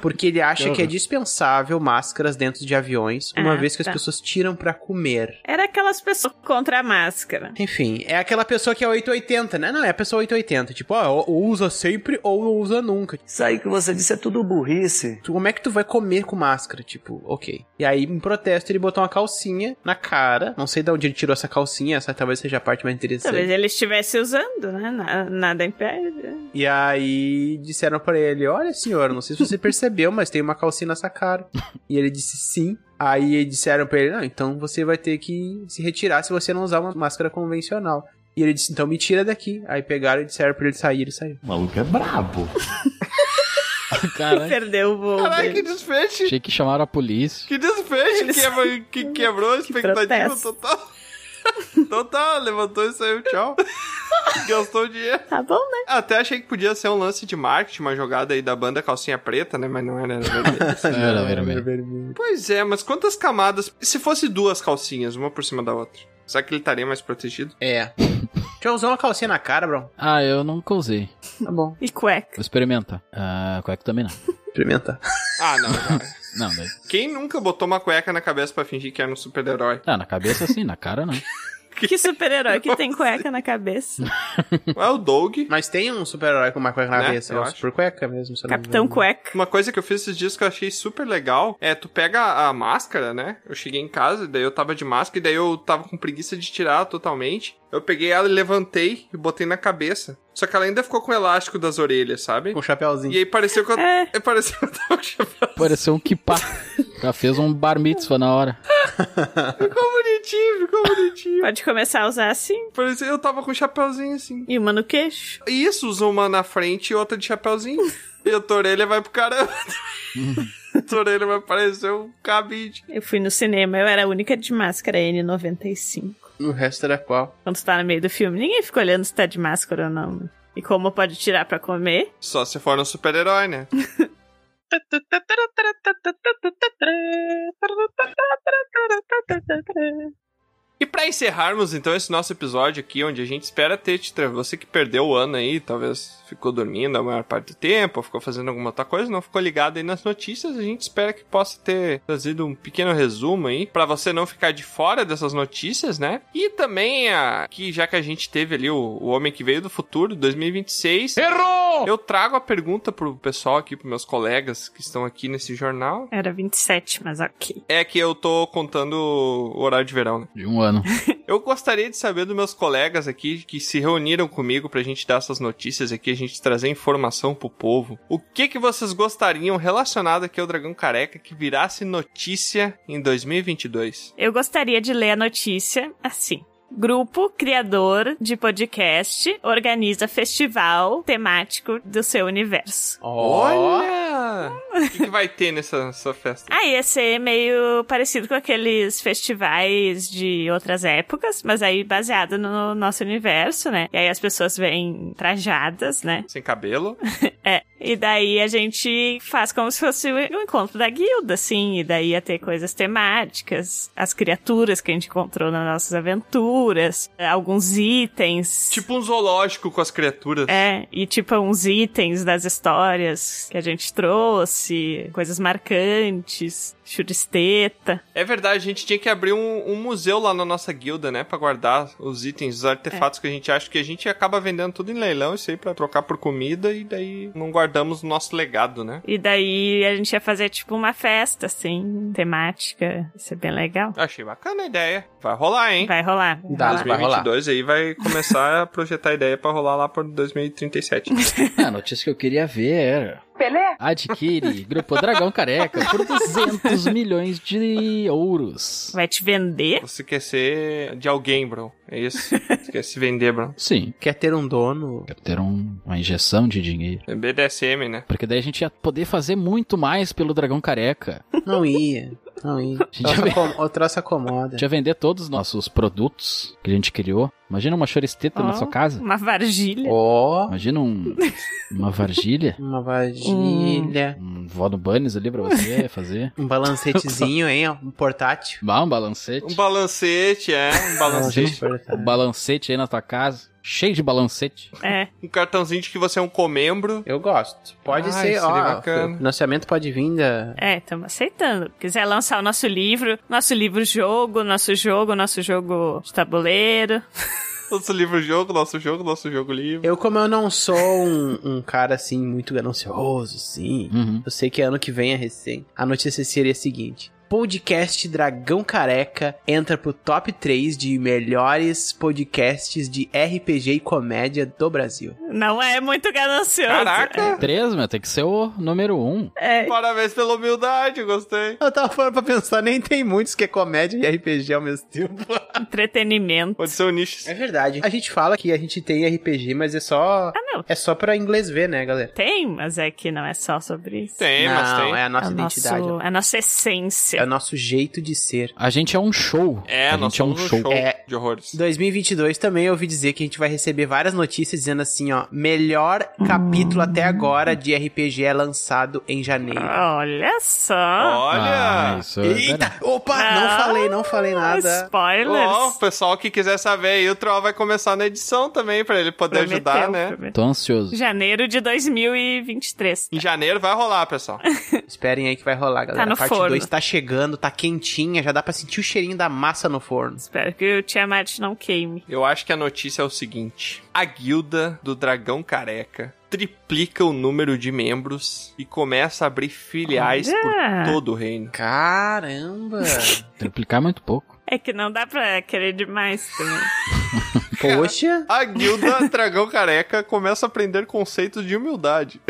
Porque ele acha que é dispensável máscaras dentro de aviões, uma Ah, vez que as tá. pessoas tiram pra comer. Era aquelas pessoas contra a máscara. Enfim, é aquela pessoa que é 880, né? Não, é a pessoa 880. Tipo, ó, ou usa sempre ou não usa nunca. Isso aí que você disse é tudo burrice. Tu- Como é que tu vai comer com máscara? Tipo, ok. E aí, em protesto, ele botou uma calcinha na cara. Não sei de onde ele tirou essa calcinha, essa talvez seja a parte mais interessante. Talvez ele estivesse usando, né? Na- Nada impede. E aí disseram pra ele: Olha, senhor, não sei se você percebeu, mas tem uma calcinha nessa cara. E ele disse sim. Aí disseram pra ele: Não, então você vai ter que se retirar se você não usar uma máscara convencional. E ele disse: Então me tira daqui. Aí pegaram e disseram pra ele sair, ele saiu. O maluco é brabo. Ah, E perdeu o voo. dele. Caralho, Ah, que desfecho! Achei que chamaram a polícia. Que desfecho Eles- que, que quebrou a expectativa protesto. total. total, levantou e saiu, tchau. Gastou o dinheiro. Tá bom, né? Até achei que podia ser um lance de marketing, uma jogada aí da banda calcinha preta, né? Mas não era. não era. Era É, vermelho. pois é, mas quantas camadas? E Se fosse duas calcinhas, uma por cima da outra, será que ele estaria mais protegido? É. Já usou uma calcinha na cara, bro? Ah, eu nunca usei. Tá bom. né? E cueca. Vou experimentar. Ah, cueca também não. Experimentar. Ah, não. não. Não, daí. Quem nunca botou uma cueca na cabeça pra fingir que era um super-herói? Ah, na cabeça sim, na cara não. Que super-herói que tem cueca na cabeça. É o Doug. Mas tem um super-herói com uma cueca na Né? cabeça, Eu é um acho. super cueca mesmo. se eu não me Capitão engano. cueca. Uma coisa que eu fiz esses dias que eu achei super legal é tu pega a máscara, né? Eu cheguei em casa, daí eu tava de máscara, e daí eu tava com preguiça de tirar totalmente. Eu peguei ela e levantei e botei na cabeça. Só que ela ainda ficou com o elástico das orelhas, sabe? Com o chapéuzinho. E aí pareceu que eu. É. é, Pareceu que eu tava com chapéu. Pareceu um kipá. Já fez um bar mitzvah na hora. Ficou bonitinho, ficou bonitinho. Pode começar a usar assim. Parecia eu tava com o chapéuzinho assim. E uma no queixo. E Isso, usa uma na frente e outra de chapéuzinho. e a tua orelha vai pro caramba. a tua orelha vai parecer um cabide. Eu fui no cinema, eu era a única de máscara N95. O resto era qual? Quando tu tá no meio do filme, ninguém fica olhando se tá de máscara ou não. E como pode tirar pra comer? Só se for um super-herói, né? E pra Para encerrarmos então esse nosso episódio aqui, onde a gente espera ter te tra- você que perdeu o ano aí, talvez ficou dormindo a maior parte do tempo, ou ficou fazendo alguma outra coisa, não ficou ligado aí nas notícias, a gente espera que possa ter trazido um pequeno resumo aí para você não ficar de fora dessas notícias, né? E também a que já que a gente teve ali o, o homem que veio do futuro, 2026. Errou! Eu trago a pergunta pro pessoal aqui, pros meus colegas que estão aqui nesse jornal. Era 27, mas ok. É que eu tô contando o horário de verão, né? De um ano. Eu gostaria de saber dos meus colegas aqui que se reuniram comigo pra gente dar essas notícias aqui, a gente trazer informação pro povo. O que que vocês gostariam relacionado aqui ao Dragão Careca que virasse notícia em 2022? Eu gostaria de ler a notícia assim. Grupo criador de podcast organiza festival temático do seu universo. Olha! O que, que vai ter nessa, nessa festa? Ah, ia ser meio parecido com aqueles festivais de outras épocas, mas aí baseado no nosso universo, né? E aí as pessoas vêm trajadas, né? Sem cabelo? É. E daí a gente faz como se fosse um encontro da guilda, assim. E daí ia ter coisas temáticas, as criaturas que a gente encontrou nas nossas aventuras, alguns itens. Tipo um zoológico com as criaturas. É, e tipo uns itens das histórias que a gente trouxe, coisas marcantes, churisteta. É verdade, a gente tinha que abrir um, um museu lá na nossa guilda, né? Pra guardar os itens, os É. artefatos que a gente acha que a gente acaba vendendo tudo em leilão, isso aí pra trocar por comida e daí não guardamos o nosso legado, né? E daí a gente ia fazer tipo uma festa, assim, temática. Isso é bem legal. Achei bacana a ideia. Vai rolar, hein? Vai rolar. vai Dá, rolar. vai rolar. 2022 aí vai começar a projetar a ideia pra rolar lá por 2037. Ah, A notícia que eu queria ver era... Pelé? Adquire Grupo Dragão Careca por 200 milhões de ouros. Vai te vender? Você quer ser de alguém, bro. É isso. Você quer se vender, bro. Sim, Quer ter um dono? quero ter um- uma injeção de dinheiro. É BDSM, né? Porque daí a gente ia poder fazer muito mais pelo Dragão Careca. Não ia. Não ia. Gente, Troça é bem- acom- O troço acomoda. É. A gente ia vender todos os nossos produtos que a gente criou. Imagina uma choristeta na Ó, sua casa. Uma vargilha. Ó, Imagina um, uma vargilha. uma vasilha. Um vó no Bunnies ali pra você fazer. Um balancetezinho, hein? ó, Um portátil. Bah, um balancete. Um balancete, é. Um balancete. Um balancete aí na tua casa. Cheio de balancete. É. um cartãozinho de que você é um comembro. Eu gosto. Pode Ah, ser, isso seria ó. bacana. Financiamento pode vir da. É, estamos aceitando. Quiser lançar o nosso livro, nosso livro-jogo, nosso jogo, nosso jogo de tabuleiro. Nosso livro-jogo, nosso jogo, nosso jogo-livro. Eu, como eu não sou um, um cara assim muito ganancioso, sim. Uhum. Eu sei que ano que vem é recém. A notícia seria a seguinte: Podcast Dragão Careca entra pro top 3 de melhores podcasts de RPG e comédia do Brasil. Não é muito ganancioso. Caraca! Três, meu, tem que ser o número um. É. Parabéns pela humildade, gostei. Eu tava falando pra pensar, nem tem muitos que é comédia e RPG ao mesmo tempo. Entretenimento. Pode ser o nicho. É verdade. A gente fala que a gente tem RPG, mas é só. Ah, não. É só pra inglês ver, né, galera? Tem, mas é que não é só sobre isso. Tem, não, mas tem. é a nossa é o nosso- identidade. né? é a nossa É o essência. nosso jeito de ser. A gente é um show. É, a nós gente é um somos um show. show É. de horrores. 2022 também eu ouvi dizer que a gente vai receber várias notícias dizendo assim, ó, melhor capítulo até agora de RPG é lançado em janeiro. Olha só. Ah, Olha! isso é Eita, verdade. opa, não Ah, falei, não falei nada. Spoilers. Ó, o pessoal que quiser saber aí, o Troll vai começar na edição também, pra ele poder Prometeu, ajudar, né? prometeu. Tô ansioso. Janeiro de 2023. Em janeiro vai rolar, pessoal. Esperem aí que vai rolar, galera. no a parte forno. 2 tá chegando, tá quentinha, já dá pra sentir o cheirinho da massa no forno. Espero que o Tiamat não queime. Eu acho que a notícia é o seguinte: a guilda do Dragão Careca triplica o número de membros e começa a abrir filiais Olha! por todo o reino. Caramba! Triplicar é muito pouco. É que não dá pra querer demais né? também. Poxa! A guilda Dragão Careca começa a aprender conceitos de humildade.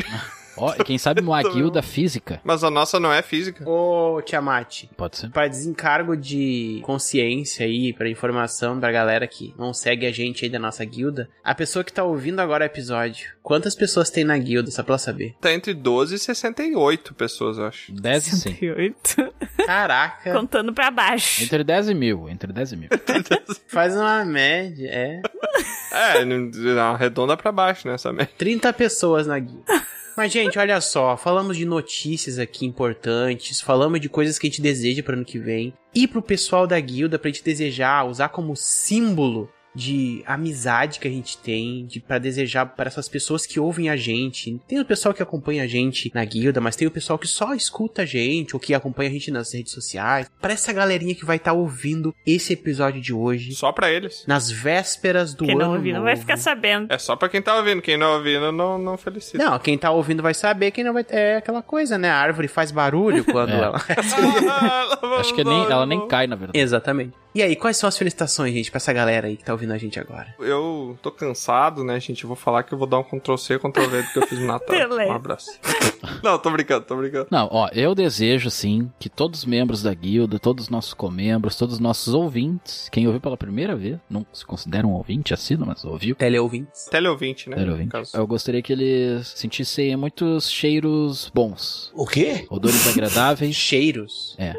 Ó, e quem sabe uma guilda física? Mas a nossa não é física. Ô, Tiamat, Pode ser. para desencargo de consciência aí, para informação da galera que não segue a gente aí da nossa guilda, a pessoa que tá ouvindo agora o episódio, quantas pessoas tem na guilda, só pra eu saber? Tá entre 12 e 68 pessoas, eu acho. 10 e 100. 38. Caraca, Contando pra baixo. Entre 10 e mil. Entre 10 e mil. faz uma média, é. É, não- não, arredonda pra baixo, né, essa merda. 30 pessoas na guilda. Mas, gente, olha só, falamos de notícias aqui importantes, falamos de coisas que a gente deseja para ano que vem. E pro pessoal da guilda, pra gente desejar, usar como símbolo de amizade que a gente tem, de para desejar para essas pessoas que ouvem a gente. Tem o pessoal que acompanha a gente na guilda, mas tem o pessoal que só escuta a gente ou que acompanha a gente nas redes sociais. Para essa galerinha que vai estar ouvindo esse episódio de hoje. Só para eles. Nas vésperas do Quem ano não ouvir não novo. vai ficar sabendo. É só pra quem tá ouvindo. Quem não ouvindo, não, não felicita. Não, quem tá ouvindo vai saber, quem não vai. É aquela coisa, né? A árvore faz barulho É. quando ela. Acho que nem, ela nem cai, na verdade. Exatamente. E aí, quais são as felicitações, gente, pra essa galera aí que tá ouvindo a gente agora? Eu tô cansado, né, gente? Eu vou falar que eu vou dar um Ctrl-C, Ctrl-V do que eu fiz no Natal. Beleza. um abraço. Não, tô brincando, tô brincando. Não, ó, eu desejo, sim, que todos os membros da guilda, todos os nossos comembros, todos os nossos ouvintes, quem ouviu pela primeira vez, não se considera um ouvinte assíduo, mas ouviu. Teleouvintes. Teleouvinte, né? Teleouvinte. É no caso. Eu gostaria que eles sentissem muitos cheiros bons. O quê? Odores agradáveis. cheiros? É.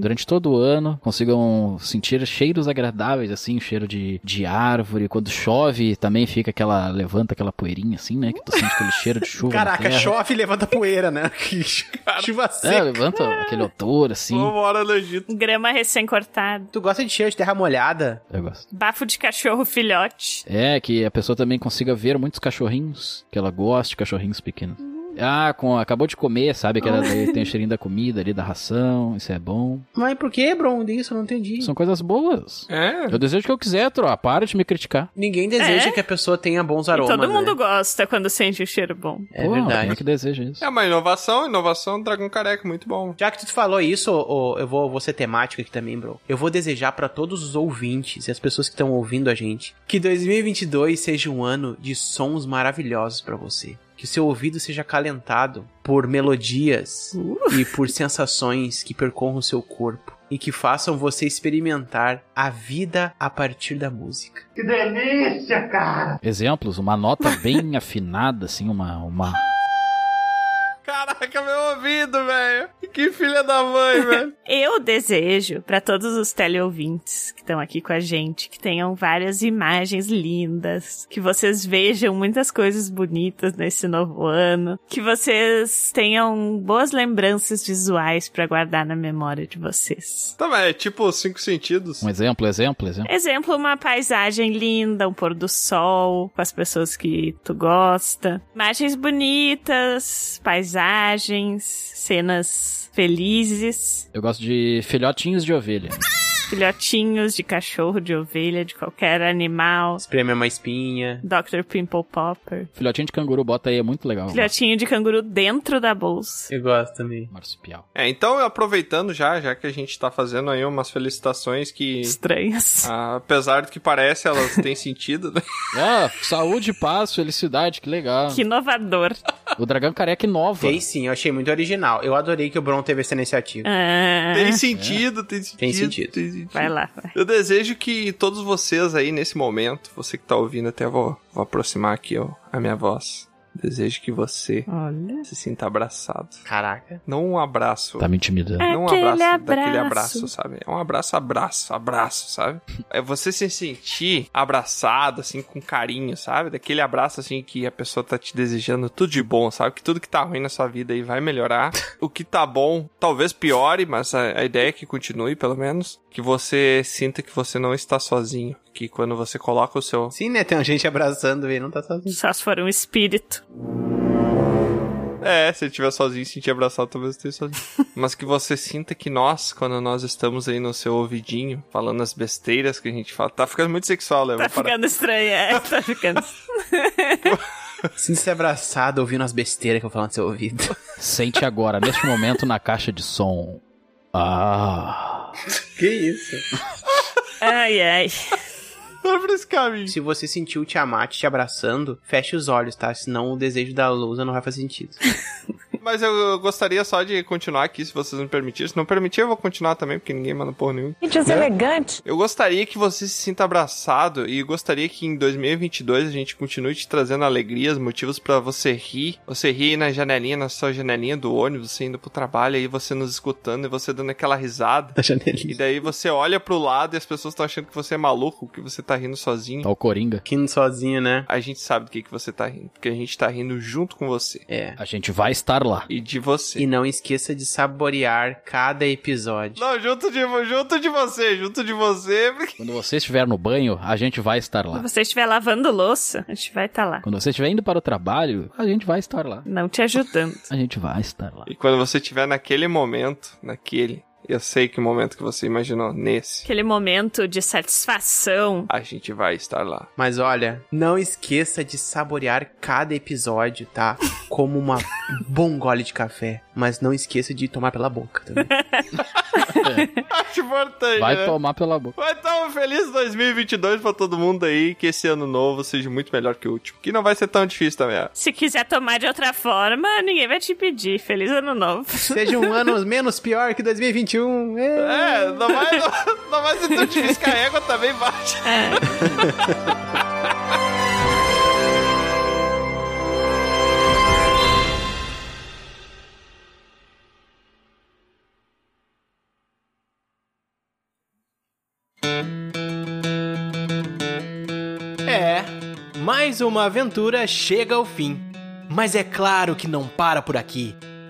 Durante todo o ano, consigam sentir cheiros agradáveis, assim, o cheiro de, de árvore. Quando chove, também fica aquela, levanta aquela poeirinha, assim, né? Que tu sente aquele cheiro de chuva. na Caraca, terra. chove e levanta poeira, né? Que chu- Chuva É, seca. levanta aquele odor, assim. mora no Egito. Grama recém-cortada. Tu gosta de cheiro de terra molhada? Eu gosto. Bafo de cachorro filhote. É, que a pessoa também consiga ver muitos cachorrinhos, que ela goste, cachorrinhos pequenos. Uhum. Ah, com, acabou de comer, sabe? Que ela daí tem o cheirinho da comida ali, da ração, isso é bom. Mas por que, Bron, isso? Eu não entendi. São coisas boas. É. Eu desejo o que eu quiser, Tro. ah, Para de me criticar. Ninguém deseja É? que a pessoa tenha bons aromas. E todo mundo né? gosta quando sente o cheiro bom. É Pô, verdade. quem É que deseja isso. É uma inovação, inovação do Dragão Careca, muito bom. Já que tu falou isso, ô, ô, eu vou, vou ser temático aqui também, bro. Eu vou desejar pra todos os ouvintes e as pessoas que estão ouvindo a gente que 2022 seja um ano de sons maravilhosos pra você. Que o seu ouvido seja acalentado por melodias e por sensações que percorram o seu corpo e que façam você experimentar a vida a partir da música. Que delícia, cara! Exemplos, uma nota bem afinada, assim, uma, uma... Caraca, meu ouvido, velho. Que filha da mãe, velho. Eu desejo para todos os teleouvintes que estão aqui com a gente que tenham várias imagens lindas, que vocês vejam muitas coisas bonitas nesse novo ano, que vocês tenham boas lembranças visuais para guardar na memória de vocês. Tá, mas é tipo cinco sentidos. Um exemplo, exemplo, exemplo. Exemplo, uma paisagem linda, um pôr do sol com as pessoas que tu gosta. Imagens bonitas, paisagens, cenas felizes. Eu gosto de filhotinhos de ovelha. filhotinhos de cachorro, de ovelha, de qualquer animal. Espreme é uma espinha. Dr. Pimple Popper. Filhotinho de canguru, bota aí, é muito legal. Filhotinho de canguru dentro da bolsa. Eu gosto também. Marsupial. É, então eu aproveitando já, já que a gente tá fazendo aí umas felicitações que. Estranhas. ah, apesar do que parece, elas têm sentido, né? Ah, saúde, paz, felicidade, que legal. Que inovador. O dragão careca é inova. Tem sim, eu achei muito original. Eu adorei que o Bron teve essa iniciativa. Ah, Tem sentido, tem sentido. Tem sentido. tem sentido. vai lá, vai. Eu desejo que todos vocês aí nesse momento, você que tá ouvindo, até vou, vou aproximar aqui ó, a minha voz. Desejo que você Olha. se sinta abraçado. É. Caraca. Não um abraço. Tá me intimidando. Não É um Aquele abraço, daquele abraço. abraço, sabe? É um abraço, abraço, abraço, sabe? É você se sentir abraçado, assim, com carinho, sabe? Daquele abraço, assim, que a pessoa tá te desejando tudo de bom, sabe? Que tudo que tá ruim na sua vida aí vai melhorar. o que tá bom, talvez piore, mas a, a ideia é que continue, pelo menos. Que você sinta que você não está sozinho. Que quando você coloca o seu... Sim, né? Tem gente abraçando e não tá sozinho. Só se for um espírito. É, se eu estiver sozinho, sentir abraçado, talvez eu esteja sozinho. Mas que você sinta que nós, quando nós estamos aí no seu ouvidinho, falando as besteiras que a gente fala, tá ficando muito sexual, né? Tá Vou parar. ficando estranho, é. Tá ficando. Sinta-se abraçado ouvindo as besteiras que eu falo no seu ouvido. Sente agora, neste momento, na caixa de som. Ah. que isso? Ai, ai. Vai pra esse caminho. Se você sentiu o Tiamat te abraçando, feche os olhos, tá? Senão o desejo da Lousa não vai fazer sentido. Mas eu gostaria só de continuar aqui, se vocês me permitirem. Se não permitir, eu vou continuar também, porque ninguém manda porra nenhuma. Gente, é elegante. Eu gostaria que você se sinta abraçado e gostaria que em 2022 a gente continue te trazendo alegrias, motivos pra você rir. Você rir na janelinha, na sua janelinha do ônibus, você indo pro trabalho, aí você nos escutando e você dando aquela risada. Da janelinha. E daí você olha pro lado e as pessoas estão achando que você é maluco, que você tá rindo sozinho. Tá o Coringa. Rindo sozinho, né? A gente sabe do que, que você tá rindo, porque a gente tá rindo junto com você. É. A gente vai estar lá. E de você. E não esqueça de saborear cada episódio. Não, junto de, junto de você, junto de você. porque- Quando você estiver no banho, a gente vai estar lá. Quando você estiver lavando louça, a gente vai estar lá. Quando você estiver indo para o trabalho, a gente vai estar lá. Não te ajudando. A gente vai estar lá. E quando você tiver naquele momento, naquele, eu sei que momento que você imaginou, nesse, Aquele momento de satisfação. a gente vai estar lá. Mas olha, não esqueça de saborear cada episódio, tá? Como uma bom gole de café. Mas não esqueça de tomar pela boca também. Acho importante, Vai né? tomar pela boca. Mas então, feliz 2022 pra todo mundo aí. Que esse ano novo seja muito melhor que o último. Que não vai ser tão difícil também. ó. Se quiser tomar de outra forma, ninguém vai te pedir. Feliz ano novo. Seja um ano menos pior que 2021. É, não vai, não, não vai ser tão difícil. que a égua também bate. É, mais uma aventura chega ao fim. Mas é claro que não para por aqui.